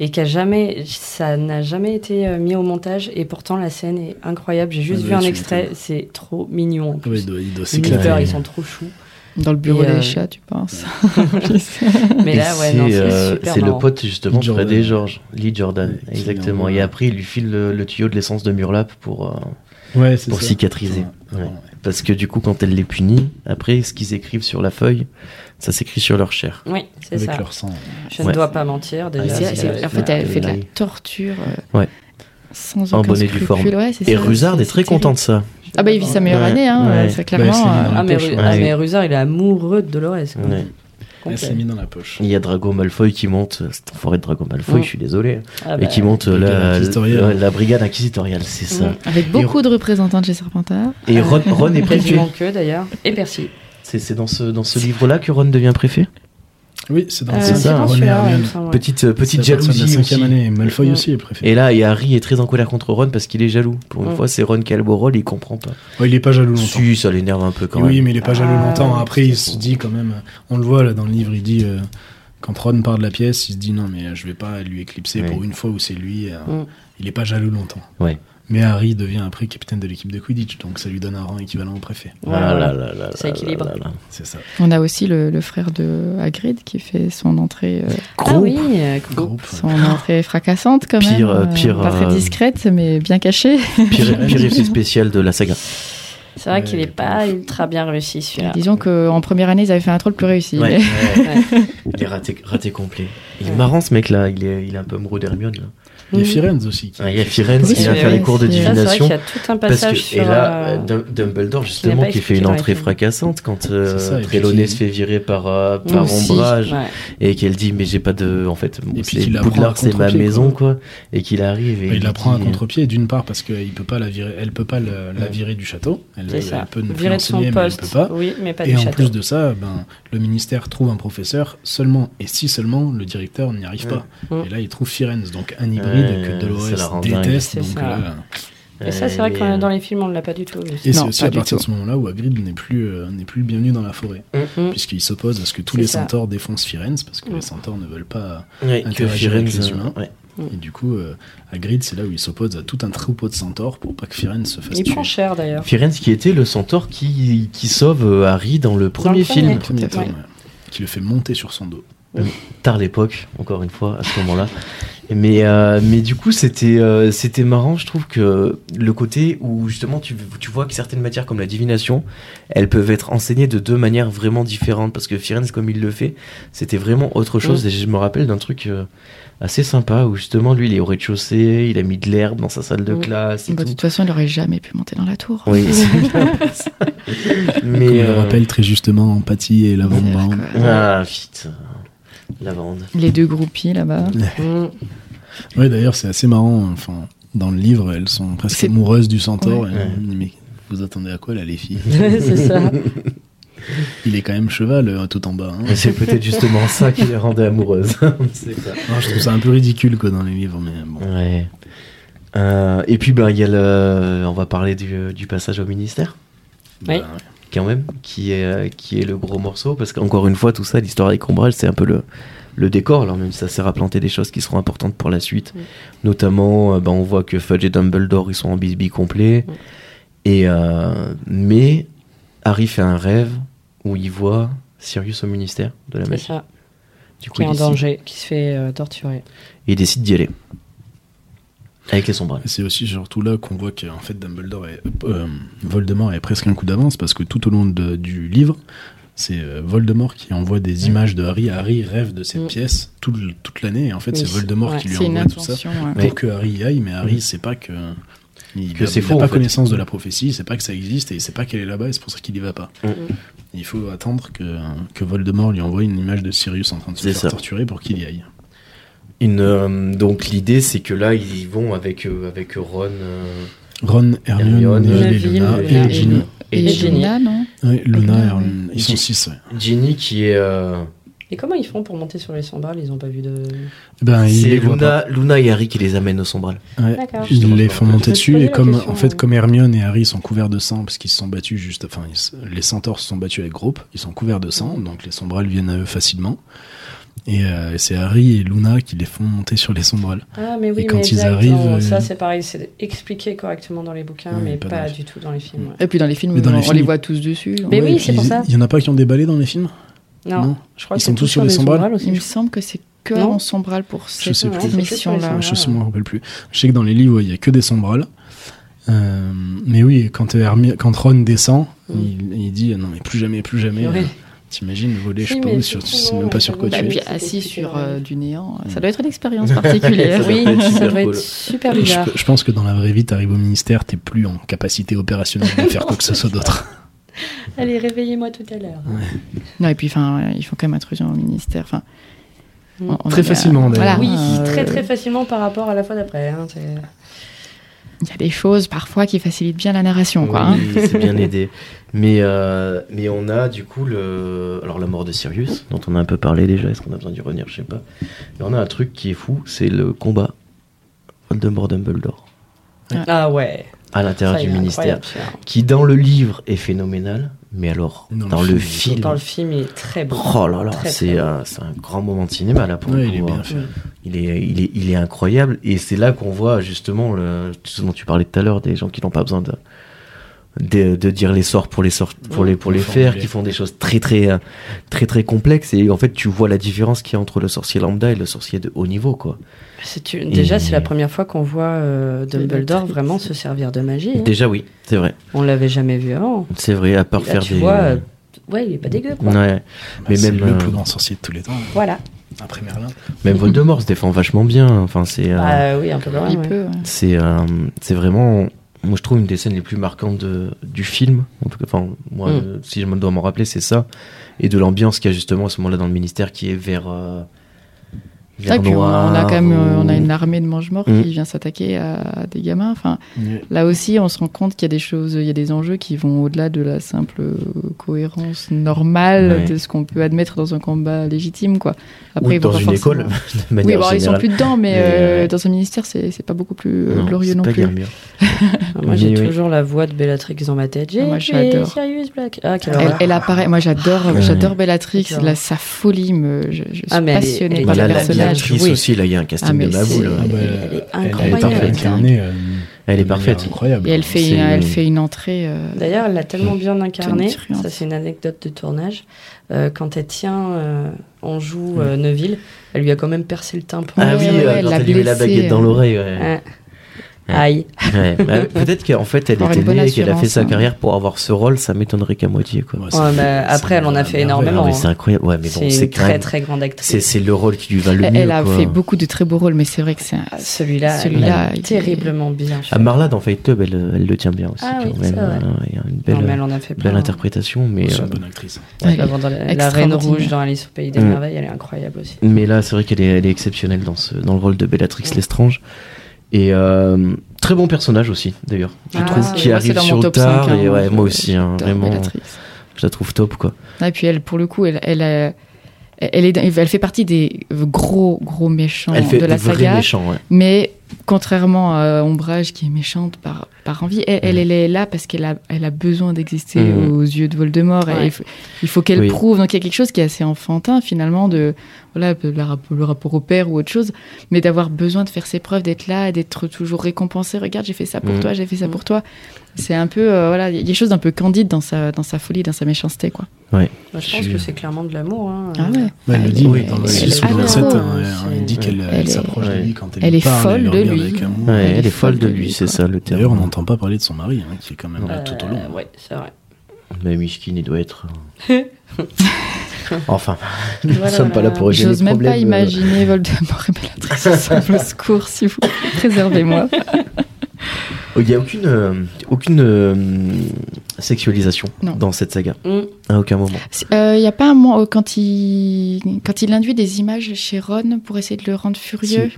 et qui a jamais, ça n'a jamais été euh, mis au montage. Et pourtant, la scène est incroyable. J'ai juste
Ah
vu
bah,
un
tu
extrait.
m'étonnes. Ah
C'est trop mignon. En plus.
Ouais, il doit, il doit
Les
s'éclater.
Niffleurs, ils sont trop choux.
Dans le bureau
Et, euh,
des chats, tu penses
Mais
Et
là, ouais,
c'est,
non, c'est
euh,
super
c'est le
marrant.
pote justement
Lee
Fred
Jordan.
et George, Lee Jordan,
Ouais, c'est
exactement.
énorme.
Et après, il lui file le, le tuyau de l'essence de Murlap pour, euh,
Ouais, c'est
pour
ça.
cicatriser.
Ouais,
Ouais.
ouais.
Parce que du coup, quand elle les punit, après, ce qu'ils écrivent sur la feuille, ça s'écrit sur leur chair.
Oui, c'est
Avec
ça.
leur sang.
Je
Ouais.
ne dois pas mentir. Déjà,
Ah,
C'est- c'est- En fait, elle fait de la torture. euh,
Ouais.
Sans
En
aucun
bonnet
scrupule.
d'uniforme.
Ouais, c'est
Et
ça,
Ruzard
c'est-
est très
c'est
content de ça.
terrible. Ah bah il vit sa meilleure
Ouais.
année, hein,
Ouais.
euh, ça
Bah,
clairement.
c'est
euh,
dans la
Ah, mais,
poche,
Ru-
ouais.
ah,
Ouais.
mais Ruzard, il est amoureux de Dolores. quoi.
Ouais.
Elle
Complet.
s'est mise dans la poche.
Il y a Drago Malfoy qui monte, cet enfoiré de Drago Malfoy,
Mm.
je suis désolé,
Ah
et
bah,
qui monte euh,
Brigade
la,
inquisitoriale.
la- la brigade inquisitoriale, c'est ça.
Mm.
Avec beaucoup de représentants de chez Serpentard.
Et Ron, Ron est préfet.
Quasiment que d'ailleurs. Et Percy.
C'est c'est dans ce, dans ce livre-là que Ron devient préfet.
Oui, c'est dans
Euh,
le
c'est
sang.
ça,
dans
Ron et
celui-là, il
Hermione.
me semble, ouais.
Petite, euh, petite
C'est à partir de
jalousie
La cinquième
aussi.
année. Malfoy
Mm.
aussi est préfet.
Et là, il y a Harry est très en colère contre Ron parce qu'il est jaloux. Pour une
Mm.
fois, c'est Ron qui a le beau rôle, il comprend pas.
Ouais, il est pas jaloux longtemps.
Si, ça l'énerve un peu quand
oui,
même.
mais il est pas jaloux
Ah,
longtemps.
oui,
Après, il se dit quand même. On le voit là dans le livre, il dit. euh, quand Ron part de la pièce, il se dit non, mais euh, je vais pas lui éclipser
Oui.
pour une fois où c'est lui. euh,
Mm.
Il est pas jaloux longtemps.
Ouais.
Mais Harry devient après capitaine de l'équipe de Quidditch, donc ça lui donne un rang équivalent au préfet.
Voilà,
Ah là
voilà.
là là
C'est
là
équilibré.
là là.
C'est ça.
On a aussi le, le frère de Hagrid qui fait son entrée, euh,
Ah oui, euh, groupe.
Groupe.
son entrée fracassante quand
Oh. Pire,
même. euh,
pire,
Pas très
euh,
discrète, mais bien cachée.
Pire, pire effet spécial de la saga.
C'est vrai
Ouais,
qu'il
il
est
est
pas ultra bien réussi celui-là.
Disons qu'en première année, ils avaient fait un troll plus réussi.
Ouais,
mais-
ouais. Il est raté, raté complet. Il est marrant ce mec là, il est, il est un peu amoureux d'Hermione là.
Mm.
Il y a Firenze aussi. qui-
Ah, Il y a Firenze
Oui,
qui va
c'est
faire
vrai,
les cours de
c'est- Ça, c'est
Ça, c'est vrai
divination.
qu'il y a tout un
Parce
passage
que,
sur.
et là,
euh,
euh, Dum- Dumbledore,
n'a
justement,
pas
qui fait
expliqué
une
dans les
entrée
films.
fracassante quand euh,
C'est ça, et puis
Trelawney
qui-
se fait virer par, euh, par
Aussi,
Ombrage
ouais.
et qu'elle dit Mais j'ai pas de. En fait, bon,
Et puis
c'est
qu'il apprend à
Poudlard, c'est ma
contre-pied,
maison, quoi. Et qu'il arrive. Et
Mais il
lui
la prend à
dit,
contre-pied, d'une part parce qu'elle peut pas la virer, elle peut pas le- la
Ouais.
virer du château, elle,
C'est
elle
ça.
peut ne plus
Virer de
enseigner,
son
mais elle
poste.
peut pas.
Oui, mais pas
et
du
en
château.
plus de ça, ben, le ministère trouve un professeur seulement, et si seulement le directeur n'y arrive pas.
Ouais.
Et là, il trouve Firenze, donc un hybride
Ouais,
que
ça la rend
Dolores
dingue.
déteste.
C'est
donc
ça.
là-
euh,
Et ça, c'est vrai
il
que
est-
dans les films, on ne l'a pas du tout vu.
et c'est
Non,
aussi
pas
à
du
partir de
tout.
ce moment-là où Hagrid n'est plus, euh, n'est plus bienvenu dans la forêt,
Mm.
puisqu'il s'oppose à ce que tous
C'est
les
ça.
centaures défoncent Firenze, parce que
Mm.
les centaures ne veulent pas.
Ouais, que
interagir avec
Firenze.
les humains.
ouais.
Et du coup, euh, Hagrid, c'est là où il s'oppose à tout un troupeau de centaures pour pas que Firenze se fasse
Il
tuer.
prend cher d'ailleurs.
Firenze qui était le centaure qui, qui sauve euh, Harry dans le premier
le
film.
premier.
Le premier
Ouais.
tome, ouais, qui le fait monter sur son dos.
tard l'époque, encore une fois, à ce moment-là. Mais, euh, mais du coup, c'était euh, c'était marrant, je trouve que le côté où justement tu, tu vois que certaines matières comme la divination, elles peuvent être enseignées de deux manières vraiment différentes. Parce que Firenze, comme il le fait, c'était vraiment autre chose. Et je me rappelle d'un truc euh, assez sympa où justement, lui, il est au rez-de-chaussée, il a mis de l'herbe dans sa salle de
Mm.
classe. et
Bah, de
tout.
toute façon, il aurait jamais pu monter dans la tour.
Oui, c'est bien ça.
Comme
Mais.
il le
euh,
rappelle très justement Empathie et
C'est-à-dire
l'avant-bande.
que
Ah, putain. Lavande.
Les deux groupies là-bas.
Mm.
Ouais, d'ailleurs, c'est assez marrant. hein. Enfin, dans le livre, elles sont presque
C'est-
amoureuses du centaure.
Ouais.
et
Ouais.
on dit, Mais vous attendez à quoi, là, les filles
c'est ça.
Il est quand même cheval euh, tout en bas. hein.
Mais C'est peut-être justement ça qui les rendait amoureuses. On ne sait pas.
Non, je trouve ça un peu ridicule quoi, dans les livres, mais bon.
Ouais. Euh, et puis, ben, il y a le... on va parler du, du passage au ministère,
Bah,
Oui.
ouais.
quand même, qui est, qui est le gros morceau. Parce qu'encore une fois, tout ça, l'histoire avec Ombrage, c'est un peu le, le décor. Alors, même si ça sert à planter des choses qui seront importantes pour la suite.
Oui.
Notamment, euh, ben, on voit que Fudge et Dumbledore, ils sont en bisbille complet.
Oui.
Et, euh, mais Harry fait un rêve où il voit Sirius au ministère de la
C'est
magie.
ça.
Du coup,
Qui est
il
en
décide,
danger, qui se fait euh, torturer.
il décide d'y aller. Avec les ombrages.
Bah, C'est aussi surtout là qu'on voit qu'en fait Dumbledore est, euh, Voldemort est presque un coup d'avance parce que tout au long de- du livre, c'est euh, Voldemort qui envoie des images de Harry. Harry rêve de cette
Mm.
pièce tout le- toute l'année et en fait
Oui,
c'est Voldemort
ouais,
qui lui
C'est une
envoie tout ça
intention. hein. ouais.
Ouais.
pour que Harry y aille. Mais Harry
Mm.
c'est pas que il
Que
a-
c'est
il a
faux, en
pas
fait.
connaissance de la prophétie, c'est pas que ça existe et c'est pas qu'elle est là-bas et c'est pour ça qu'il y va pas.
Mm.
Il faut attendre que, que Voldemort lui envoie une image de Sirius en train de se
C'est
faire
ça.
torturer pour qu'il y aille.
Une, euh, donc l'idée c'est que là ils y vont avec, euh, avec Ron. euh,
Ron,
Hermione,
Hermione, Neville,
Neville,
Luna
Luna
Ah, et
et
Ginny.
Et
Et
Virginia, non
Oui, Luna,
Luna,
Hermione, ils sont
Ginny.
six. ouais.
Ginny qui est. euh,
Et comment ils font pour monter sur les 100 balles Ils n'ont pas vu de.
Ben, ils
c'est
les voient pas.
Luna, Luna et Harry qui les amènent au Sombral.
Ouais.
D'accord.
Ils les
Justement, je
font
me
monter
posais
dessus
la
et comme
question,
en fait
ouais.
comme Hermione et Harry sont couverts de sang parce qu'ils se sont battus juste enfin ils se- les centaures se sont battus avec groupe ils sont couverts de sang donc les sombrales viennent à eux facilement et euh, c'est Harry et Luna qui les font monter sur les sombrales
Ah, mais oui,
Et quand
mais
ils
exact.
arrivent,
Non,
euh,
Ça, c'est pareil, c'est expliqué correctement dans les bouquins,
Oui,
mais
pas
pas,
dans les- Mm.
du tout dans les films. ouais.
Et puis dans les films,
Mais dans les
on
films,
les voit tous dessus.
Mais oui,
et
c'est
puis
pour
ils-
ça.
il y en a pas qui ont déballé dans les films
Non,
Non.
je crois
Ils
que
sont
c'est
tous sur
des
les 100 balles
Il me
aussi.
semble que c'est que
Non.
en sombrale pour
Je sais
cette
plus.
Ouais, c'est que sur les
mission-là.
sombrales.
je sais je me rappelle plus je sais que dans les livres ouais, il y a que des sombrales Euh, mais oui quand Hermi- quand Ron descend
Mm.
il, il dit non mais plus jamais plus jamais
Ouais.
euh, t'imagines voler je
Si,
sais pas
mais
où sur, tu sais
effectivement,
même pas sur quoi
Bah,
tu
Et
es
puis
C'était
assis
expliqué
sur
dans les-
euh, du néant,
Mm.
ça doit être une expérience particulière.
Ça doit
Oui,
être
ça
super
doit
cool.
être super
Je,
bizarre.
pe- je pense que dans la vraie vie, t'arrives au ministère, t'es plus en capacité opérationnelle de faire quoi que ce soit d'autre.
Allez, réveillez-moi tout à l'heure.
Non, et puis enfin, ils font quand même intrusion au ministère. Enfin,
Mm.
on- on
Très
avait, euh,
facilement, d'ailleurs.
voilà,
oui,
Ah,
euh,
très très facilement par rapport à la fois d'après. hein, c'est-
Il y a des choses parfois qui facilitent bien la narration, quoi. hein.
Oui, c'est bien aidé. Mais, euh, mais on a du coup le... Alors la mort de Sirius, dont on a un peu parlé déjà, est-ce qu'on a besoin d'y revenir, je sais pas. Mais on a un truc qui est fou, c'est le combat Voldemort-Dumbledore
Ah ouais.
à l'intérieur
Ça,
du
il est
ministère,
incroyable, celui-là.
qui dans le livre est phénoménal, mais alors
Dans
dans,
le
le
film,
film...
Dans le film, il est très beau.
Oh là là,
Très, très
c'est
euh,
beau.
un, c'est un grand moment de cinéma là pour le
Ouais, il est
coup,
bien
hein.
fait.
Il est, il est, il est incroyable et c'est là qu'on voit justement le, ce dont tu parlais tout à l'heure des gens qui n'ont pas besoin de, de, de dire les sorts pour les sorts pour les pour les
Faut
faire
formuler.
qui font des choses très très euh, très très complexes et en fait tu vois la différence qu'il y a entre le sorcier lambda et le sorcier de haut niveau quoi.
C'est une- Déjà,
Et-
c'est la première fois qu'on voit euh,
C'est
Dumbledore
très-
vraiment se servir de magie. hein.
Déjà oui, c'est vrai,
hein.
On l'avait jamais vu avant.
c'est vrai à part
Et là,
faire
tu
des euh,
vois, euh, ouais, il est pas dégueu, quoi.
ouais.
Bah,
Mais
c'est
même,
le
euh,
plus grand sorcier de tous les temps. hein,
Voilà.
Après Merlin.
Même Voldemort se défend vachement bien. Enfin, c'est euh,
Bah,
Ah oui, un peu quand
hein. Il
même. ouais.
peut, ouais.
c'est euh, c'est vraiment, moi je trouve une des scènes les plus marquantes de- du film. En tout cas, enfin moi,
Mm.
euh, si je me dois m'en rappeler, c'est ça et de l'ambiance qu'il y a justement à ce moment-là dans le ministère qui est vers euh,
Ah,
vers
puis on,
noir.
on a quand même euh, on a
ou-
une armée de mange-morts
Mm.
qui vient s'attaquer à des gamins. Enfin,
Ouais.
là aussi, on se rend compte qu'il y a des choses, il y a des enjeux qui vont au-delà de la simple euh, cohérence normale
Ouais.
de ce qu'on peut admettre dans un combat légitime, quoi.
ou
ils vont
dans
pas
une
forcément-
école de
Oui,
manière
bon, ils sont
générale.
plus dedans, mais,
Mais,
euh,
ouais.
dans un ministère, c'est c'est pas beaucoup plus euh,
Non,
glorieux
c'est
non
pas
plus.
bien mieux.
Ah, Moi, j'ai
Oui, oui.
toujours la voix de Bellatrix dans ma tête. J'ai
Ah, Moi,
tué
j'adore.
Sirius Black. Ah, quelle
Elle,
horreur.
elle apparaît. Moi, j'adore,
Ouais.
j'adore Bellatrix.
J'adore.
Là, sa folie, me, je, je suis
Ah, mais elle est-
passionnée
elle est
Et
par
là,
le
bien
la
personnage.
directrice
Oui.
aussi, là, il y a un
Ah,
casting
mais
de maboule.
c'est-
ouais.
Elle est
euh, bah, Elle est
incroyable.
parfaite. incarnée, euh,
Elle est
de manière
parfaite.
Incroyable.
Et elle fait,
C'est-
une, elle fait une entrée. euh,
D'ailleurs, elle l'a tellement bien incarné.
Tony Truant.
Ça, c'est une anecdote de tournage. Euh, quand elle tient, euh, on joue euh, Neville, elle lui a quand même percé le tympan.
Mm. Ah
Ouais,
oui,
ouais,
euh,
ouais,
quand
la
elle lui met la
blessée,
baguette dans
euh.
l'oreille. ouais.
Ouais. Aïe.
Ouais. Bah, Peut-être qu'en fait, elle
Avoir
était
une bonne
née et qu'elle a fait
assurance,
sa
hein.
carrière pour avoir ce rôle, ça m'étonnerait qu'à moitié. Quoi.
Ouais,
Ah,
ça
Ouais,
fait-
mais
ça
après,
fait
elle en a
la
fait
merveille.
énormément.
mais
hein.
c'est incroyable. Ouais, mais bon,
c'est
c'est
une
quand
très
même.
très grande actrice.
C'est c'est le rôle qui lui va le
elle,
mieux.
elle a
quoi.
fait beaucoup de très beaux rôles, mais c'est vrai que c'est un-
Ah, Celui-là,
Celui-là,
elle
il
est
est-
terriblement bien. fait.
Ah, Marla dans Fight Club, elle, elle le tient bien aussi.
Ah
quand
oui, c'est
même.
vrai.
Ouais, Il y a une
non, mais
belle,
elle en a fait plein.
euh, belle interprétation. Mais,
C'est
euh,
une bonne actrice. hein.
elle est
Avant dans la, la Reine
extraordinaire.
Rouge dans Alice au Pays des
Mm.
Merveilles, elle est incroyable aussi.
mais là, c'est vrai qu'elle est, elle est exceptionnelle dans, ce, dans le rôle de Bellatrix Lestrange. Et euh, très bon personnage aussi, d'ailleurs. Je
Ah,
trouve
c'est-
qu'il
moi, c'est
arrive
dans mon
sur le
top cinq,
tard.
hein,
et ouais,
je-
moi aussi, hein,
j'adore
vraiment.
Bellatrix.
Je la trouve top, quoi.
Ah, et puis elle, pour le coup, elle, elle, euh, elle, est, elle fait partie des gros, gros méchants
Elle fait
de la
des vrais
saga.
méchants, ouais.
Mais contrairement à Ombrage, qui est méchante par, par envie, elle, elle, elle est là parce qu'elle a, elle a besoin d'exister
Mhm.
aux yeux de Voldemort.
Ouais.
Et il faut, il faut qu'elle
Oui.
prouve. Donc il y a quelque chose qui est assez enfantin, finalement, de voilà, de la- le rapport au père ou autre chose, mais d'avoir besoin de faire ses preuves, d'être là, d'être toujours récompensé. Regarde, j'ai fait ça pour
Mhm.
toi, j'ai fait ça
Mhm.
pour toi. C'est un peu, euh, voilà, il y a des choses d'un peu candides dans sa, dans sa folie, dans sa méchanceté, quoi.
Moi, je
Je
pense
suis- euh,
que c'est clairement de l'amour. hein.
Ah
Ah
Bah, elle
Elle
le dit
est-
oui, dans le
elle
sous
est
le
adorable.
verset, hein,
C'est-
elle dit qu'elle
Elle
elle
est-
s'approche de
ouais.
lui quand elle,
Elle est
parle,
folle
elle
de
le regarde
lui.
avec amour.
Ouais, elle est folle de lui, c'est
quoi.
ça le terme.
D'ailleurs, on n'entend pas parler de son mari, hein, qui est quand même
Ah,
là
Euh,
tout au long. hein.
Ouais, c'est vrai.
Mais Mishkin, il doit être. euh, enfin, nous ne
Voilà.
sommes pas là pour régler
J'ose
les
même pas
problèmes. euh,
imaginer Voldemort et Bellatrix ensemble au secours, s'il vous plaît, préservez-moi.
Il n'y a aucune, euh, aucune euh, sexualisation
Non.
dans cette saga,
Mm.
à aucun moment.
Il n'y a pas un moment euh, quand il, quand il induit des images chez Ron pour essayer de le rendre furieux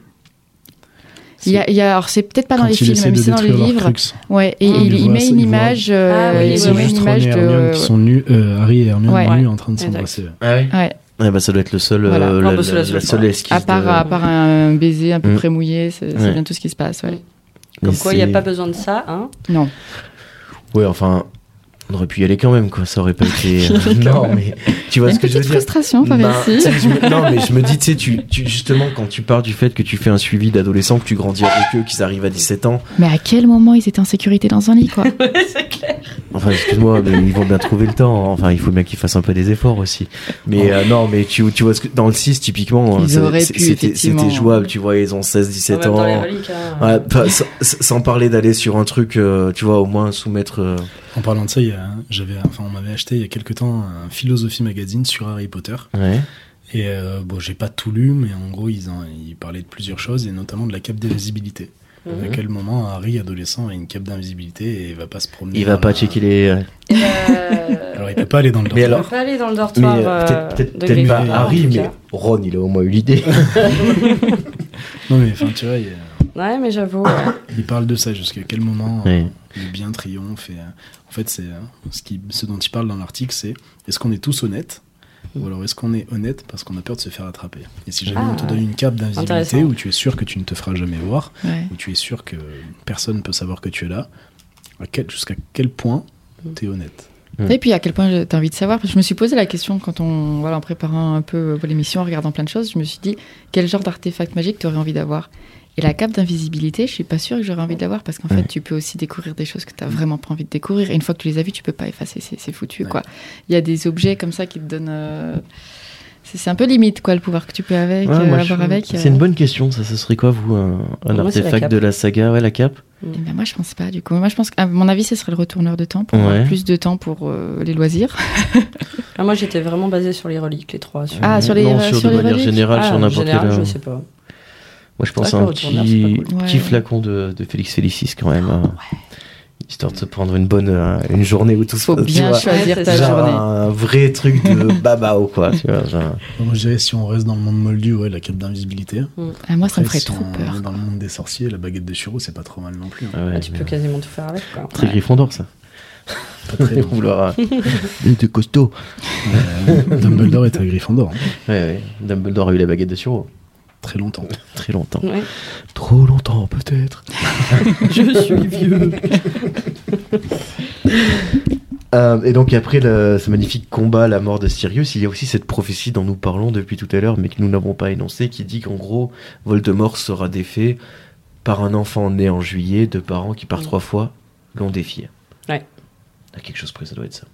Il y a, il y a- alors c'est peut-être pas dans
Quand
les
il
films,
essaie
mais
de
c'est dans les
détruire leur
livres.
crux.
Ouais, et
Ah,
il,
il
il
voit
met
ça,
une
il
image,
Ah
euh,
oui,
il
c'est
met une
juste Ron
image
et Hermione
de.
qui sont nus, euh, Harry et Hermione
Ouais.
nus en train de
Exact.
s'embrasser.
Ah oui
Ouais,
bah, Ça doit être le seul, euh,
Voilà.
la-
Non, bah,
la,
c'est la
la
seule
seule
fois.
esquisse.
à part, euh,
de-
à part un baiser un peu
Mm.
prémouillé, c'est c'est
Ouais.
bien tout ce qui se passe. ouais.
Comme
Et
quoi, il n'y a
c'est-
pas besoin de ça. Hein.
Non,
Ouais, enfin, on aurait pu y aller quand même, quoi. Ça aurait pas été. euh,
y aller quand
non, mais tu vois
il y a
ce
une
que je veux
petite
dire.
frustration par
Bah, tu
ici.
sais, je me- non, mais je me dis, tu sais, tu, tu- justement, quand tu pars du fait que tu fais un suivi d'adolescents, que tu grandis avec eux, qu'ils arrivent à 17 ans,
Mais à quel moment ils étaient en sécurité dans un lit, quoi
c'est clair.
Enfin, excuse-moi, mais ils vont bien trouver le temps. Enfin, il faut bien qu'ils fassent un peu des efforts aussi. Mais euh, non, mais tu, tu vois, ce que, dans le 6, typiquement, hein,
Ils
c'est-
auraient
c'est-
pu,
c'était
effectivement.
c'était jouable. Tu vois, ils ont 16, 17
Même dans les
ans.
reliques. hein.
Voilà, pas- sans, sans parler d'aller sur un truc, euh, tu vois, au moins soumettre. euh,
En parlant de ça, il y a- j'avais, enfin, on m'avait acheté il y a quelque temps un Philosophie Magazine sur Harry Potter.
Ouais.
Et euh, bon, j'ai pas tout lu, mais en gros, ils, en- ils parlaient de plusieurs choses, et notamment de la cape d'invisibilité.
Mhm.
À quel moment Harry, adolescent, a une cape d'invisibilité et il va pas se promener
Il va
dans
pas
la-
checker les. ouais.
Euh,
Alors, il peut pas aller dans le
Mais
dortoir.
alors-
on peut aller dans le
Mais
dortoir.
euh,
euh,
peut-être- peut-être
de
peut-être pas
Gryffondor, en
Harry,
tout
mais
cas.
Ron, il a au moins eu l'idée.
Non, mais enfin, tu vois, il,
Ouais, mais j'avoue. ouais.
il parle de ça, jusqu'à quel moment euh,
Ouais.
le bien triomphe. Et, euh, en fait, c'est euh, ce, qui- ce dont il parle dans l'article, c'est est-ce qu'on est tous honnêtes ou alors est-ce qu'on est honnête parce qu'on a peur de se faire attraper Et si jamais
Ah,
on te donne une cape
Intéressant.
d'invisibilité où tu es sûr que tu ne te feras jamais voir,
Ouais.
où tu es sûr que personne peut savoir que tu es là, à quel- jusqu'à quel point
Mm.
tu es honnête
Mm.
Et puis à quel point t'as envie de savoir Parce que je me suis posé la question quand on, voilà, en préparant un peu euh, l'émission, en regardant plein de choses, je me suis dit quel genre d'artefact magique t'aurais envie d'avoir Et la cape d'invisibilité, je suis pas sûre que j'aurais envie de l'avoir parce qu'en
Ouais.
fait, tu peux aussi découvrir des choses que t'as vraiment pas envie de découvrir. Et une fois que tu les as vues, tu peux pas effacer, c'est c'est foutu
Ouais.
quoi. Il y a des objets comme ça qui te donnent. euh, C'est c'est un peu limite, quoi, le pouvoir que tu peux avec,
Ouais,
euh,
moi, je-
avoir avec.
C'est
euh.
une bonne question, ça. Ce serait quoi, vous, un, un
Moi, c'est la
artefact
cape.
de la saga Ouais, la cape.
Eh ben, moi, je pense pas, du coup. Moi, je pense qu'à mon avis, ce serait le retourneur de temps pour avoir
Ouais.
plus de temps pour euh, les loisirs.
Ah, moi, j'étais vraiment basée sur les reliques, les trois. sur-
Ah, sur les-
Non,
euh,
sur,
sur
de
les
manière
reliques.
générale,
Ah,
sur
en
n'importe quel.
général,
euh,
je sais pas.
Moi, je pense
que
à un
le retourneur, c'est pas
petit,
cool.
petit
Ouais.
flacon de, de Félix Félicis, quand même. hein. Histoire de se prendre une bonne euh, une journée où tout se
Faut
passe, tu
bien
vois.
choisir
Ouais,
ta
c'est ça.
Genre
journée.
un vrai truc de babao, quoi. Tu vois, genre.
Moi, je dirais, si on reste dans le monde moldu, ouais, la cape d'invisibilité.
Ah, moi, ça me
Après,
ferait
si
trop
on
peur.
est Dans le monde des sorciers, la baguette de Chiro, c'est pas trop mal non plus. hein.
Ouais,
Ah, tu
mais- euh,
peux quasiment tout faire avec, quoi.
Très Gryffondor, ça.
Pas très loin.
Vouloir. euh, Il était costaud.
Euh, Dumbledore est un Gryffondor, hein,
Ouais, ouais. Dumbledore a eu la baguette de Suro.
très longtemps.
Très longtemps.
Ouais.
Trop longtemps, peut-être. Je suis vieux. Euh, et donc après le- ce magnifique combat, la mort de Sirius, il y a aussi cette prophétie dont nous parlons depuis tout à l'heure, mais que nous n'avons pas énoncée, qui dit qu'en gros, Voldemort sera défait par un enfant né en juillet de parents qui par trois fois l'ont défié.
Ouais.
À quelque chose près, ça doit être ça.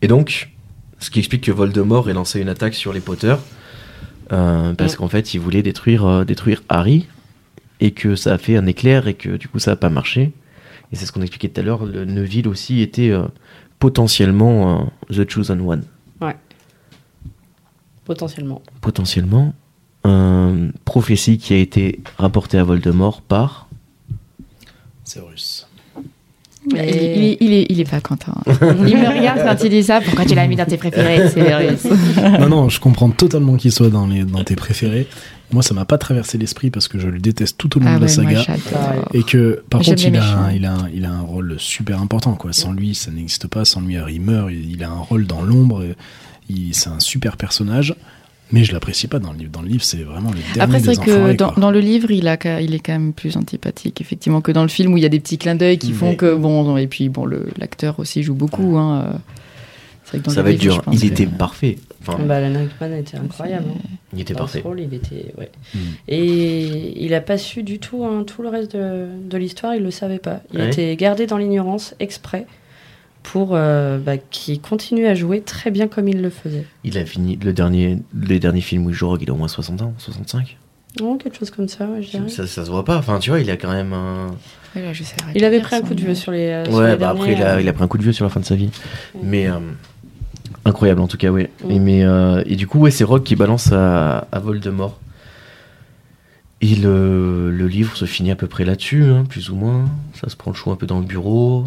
Et donc, ce qui explique que Voldemort ait lancé une attaque sur les Potter, euh, parce
Mm.
qu'en fait, il voulait détruire, euh, détruire Harry, et que ça a fait un éclair, et que du coup, ça n'a pas marché. Et c'est ce qu'on expliquait tout à l'heure, le Neville aussi était euh, potentiellement euh, The Chosen One.
Potentiellement.
Potentiellement, euh, prophétie qui a été rapportée à Voldemort par...
C'est russe.
Il,
Mais-
il, il est, il est pas content. Il me regarde quand il dit ça. Pourquoi tu l'as mis dans tes préférés C'est russe.
Non, non, je comprends totalement qu'il soit dans, les, dans tes préférés. Moi, ça m'a pas traversé l'esprit parce que je le déteste tout au long
Ah,
de la
ouais, moi,
saga.
j'adore.
Et que, par
Mais j'aime
contre,
les
il a,
méchants.
un, il, a un, il a un rôle super important. Quoi. Sans lui, ça n'existe pas. Sans lui, Harry meurt. Il il a un rôle dans l'ombre. euh, il- C'est un super personnage. Mais je l'apprécie pas dans le livre. Dans le livre, c'est vraiment le dernier
Après,
des
c'est vrai que
enfoirés,
dans,
quoi.
dans le livre, il, a, ca- il est quand même plus antipathique, effectivement, que dans le film où il y a des petits clins d'œil qui font
Mais-
que, bon, et puis, bon, le- l'acteur aussi joue beaucoup. Hein, euh. C'est vrai que dans
ça
le
va être dur,
livre, je pense
il
que-
était parfait. Enfin,
Bah, Alan Rickman était incroyable. hein.
il était
Dans ce
parfait.
rôle, il était. ouais.
Mm.
Et il a pas su du tout hein, tout le reste de, de l'histoire, il le savait pas. Il
Ouais.
était gardé dans l'ignorance exprès pour euh, bah, qu'il continue à jouer très bien comme il le faisait.
Il a fini le dernier, les derniers films où il joue Rogue, il a au moins 60 ans, 65.
Non, Oh, quelque chose comme ça, ouais, je dirais.
Ça, ça se voit pas, enfin tu vois, il a quand même un...
Ouais, là, je sais rien
Il avait
dire,
pris un
ça,
coup de
mais-
vieux sur les. euh, sur
Ouais,
les
bah après, il a,
derniers,
il a pris un coup de vieux sur la fin de sa vie.
Ouais.
Mais euh, incroyable en tout cas, ouais.
Mm.
Et, mais, euh, et du coup, ouais, c'est Rock qui balance à, à Voldemort. Et le, le livre se finit à peu près là-dessus, hein, plus ou moins. Ça se prend le chou un peu dans le bureau.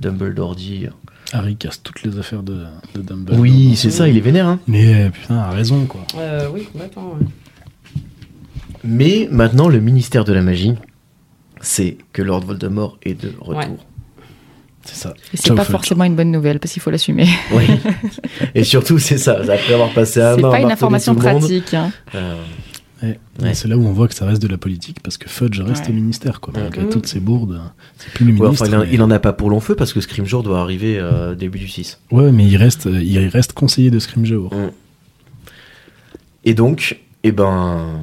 Dumbledore dit. euh,
Harry casse toutes les affaires de, de Dumbledore.
Oui, c'est ça, il est vénère. hein.
Mais euh, putain, a raison, quoi.
euh, oui, complètement. ouais.
Mais maintenant, le ministère de la magie, c'est que Lord Voldemort est de retour.
C'est ça.
Et c'est
Ciao,
pas
Fudge.
forcément une bonne nouvelle, parce qu'il faut l'assumer.
Oui. Et surtout, c'est ça. Après avoir passé un
C'est
an à
pas une
marteler
information
tout le monde,
pratique. hein.
euh,
Ouais.
Ouais.
Et C'est là où on voit que ça reste de la politique parce que Fudge reste
Ouais.
au ministère. Quoi. Donc,
Ouais.
euh, toutes ces bourdes, euh, c'est plus le
ouais,
ministre.
enfin, il, en,
mais-
il en a pas pour long feu parce que Scrimgeour doit arriver euh, début du 6.
Ouais, mais il reste, euh, il reste conseiller de Scrimgeour.
Et donc, eh ben,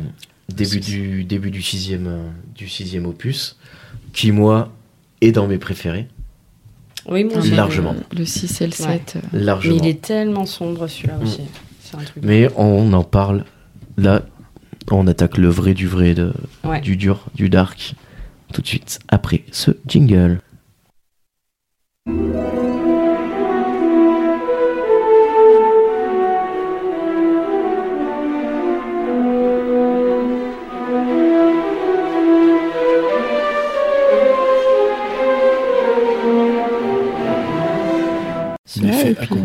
début du début du sixième euh, du sixième opus, qui moi est dans mes préférés
Oui, moi
Non, mais
aussi.
le-
Largement.
Le 6 et le 7. euh,
Mais
largement. Mm.
il
Mais,
est tellement sombre celui-là aussi. C'est un truc.
on en parle là. On attaque le vrai du vrai, de,
Ouais.
du dur, du dark, tout de suite après ce jingle.
Mais fait à
puis-
con-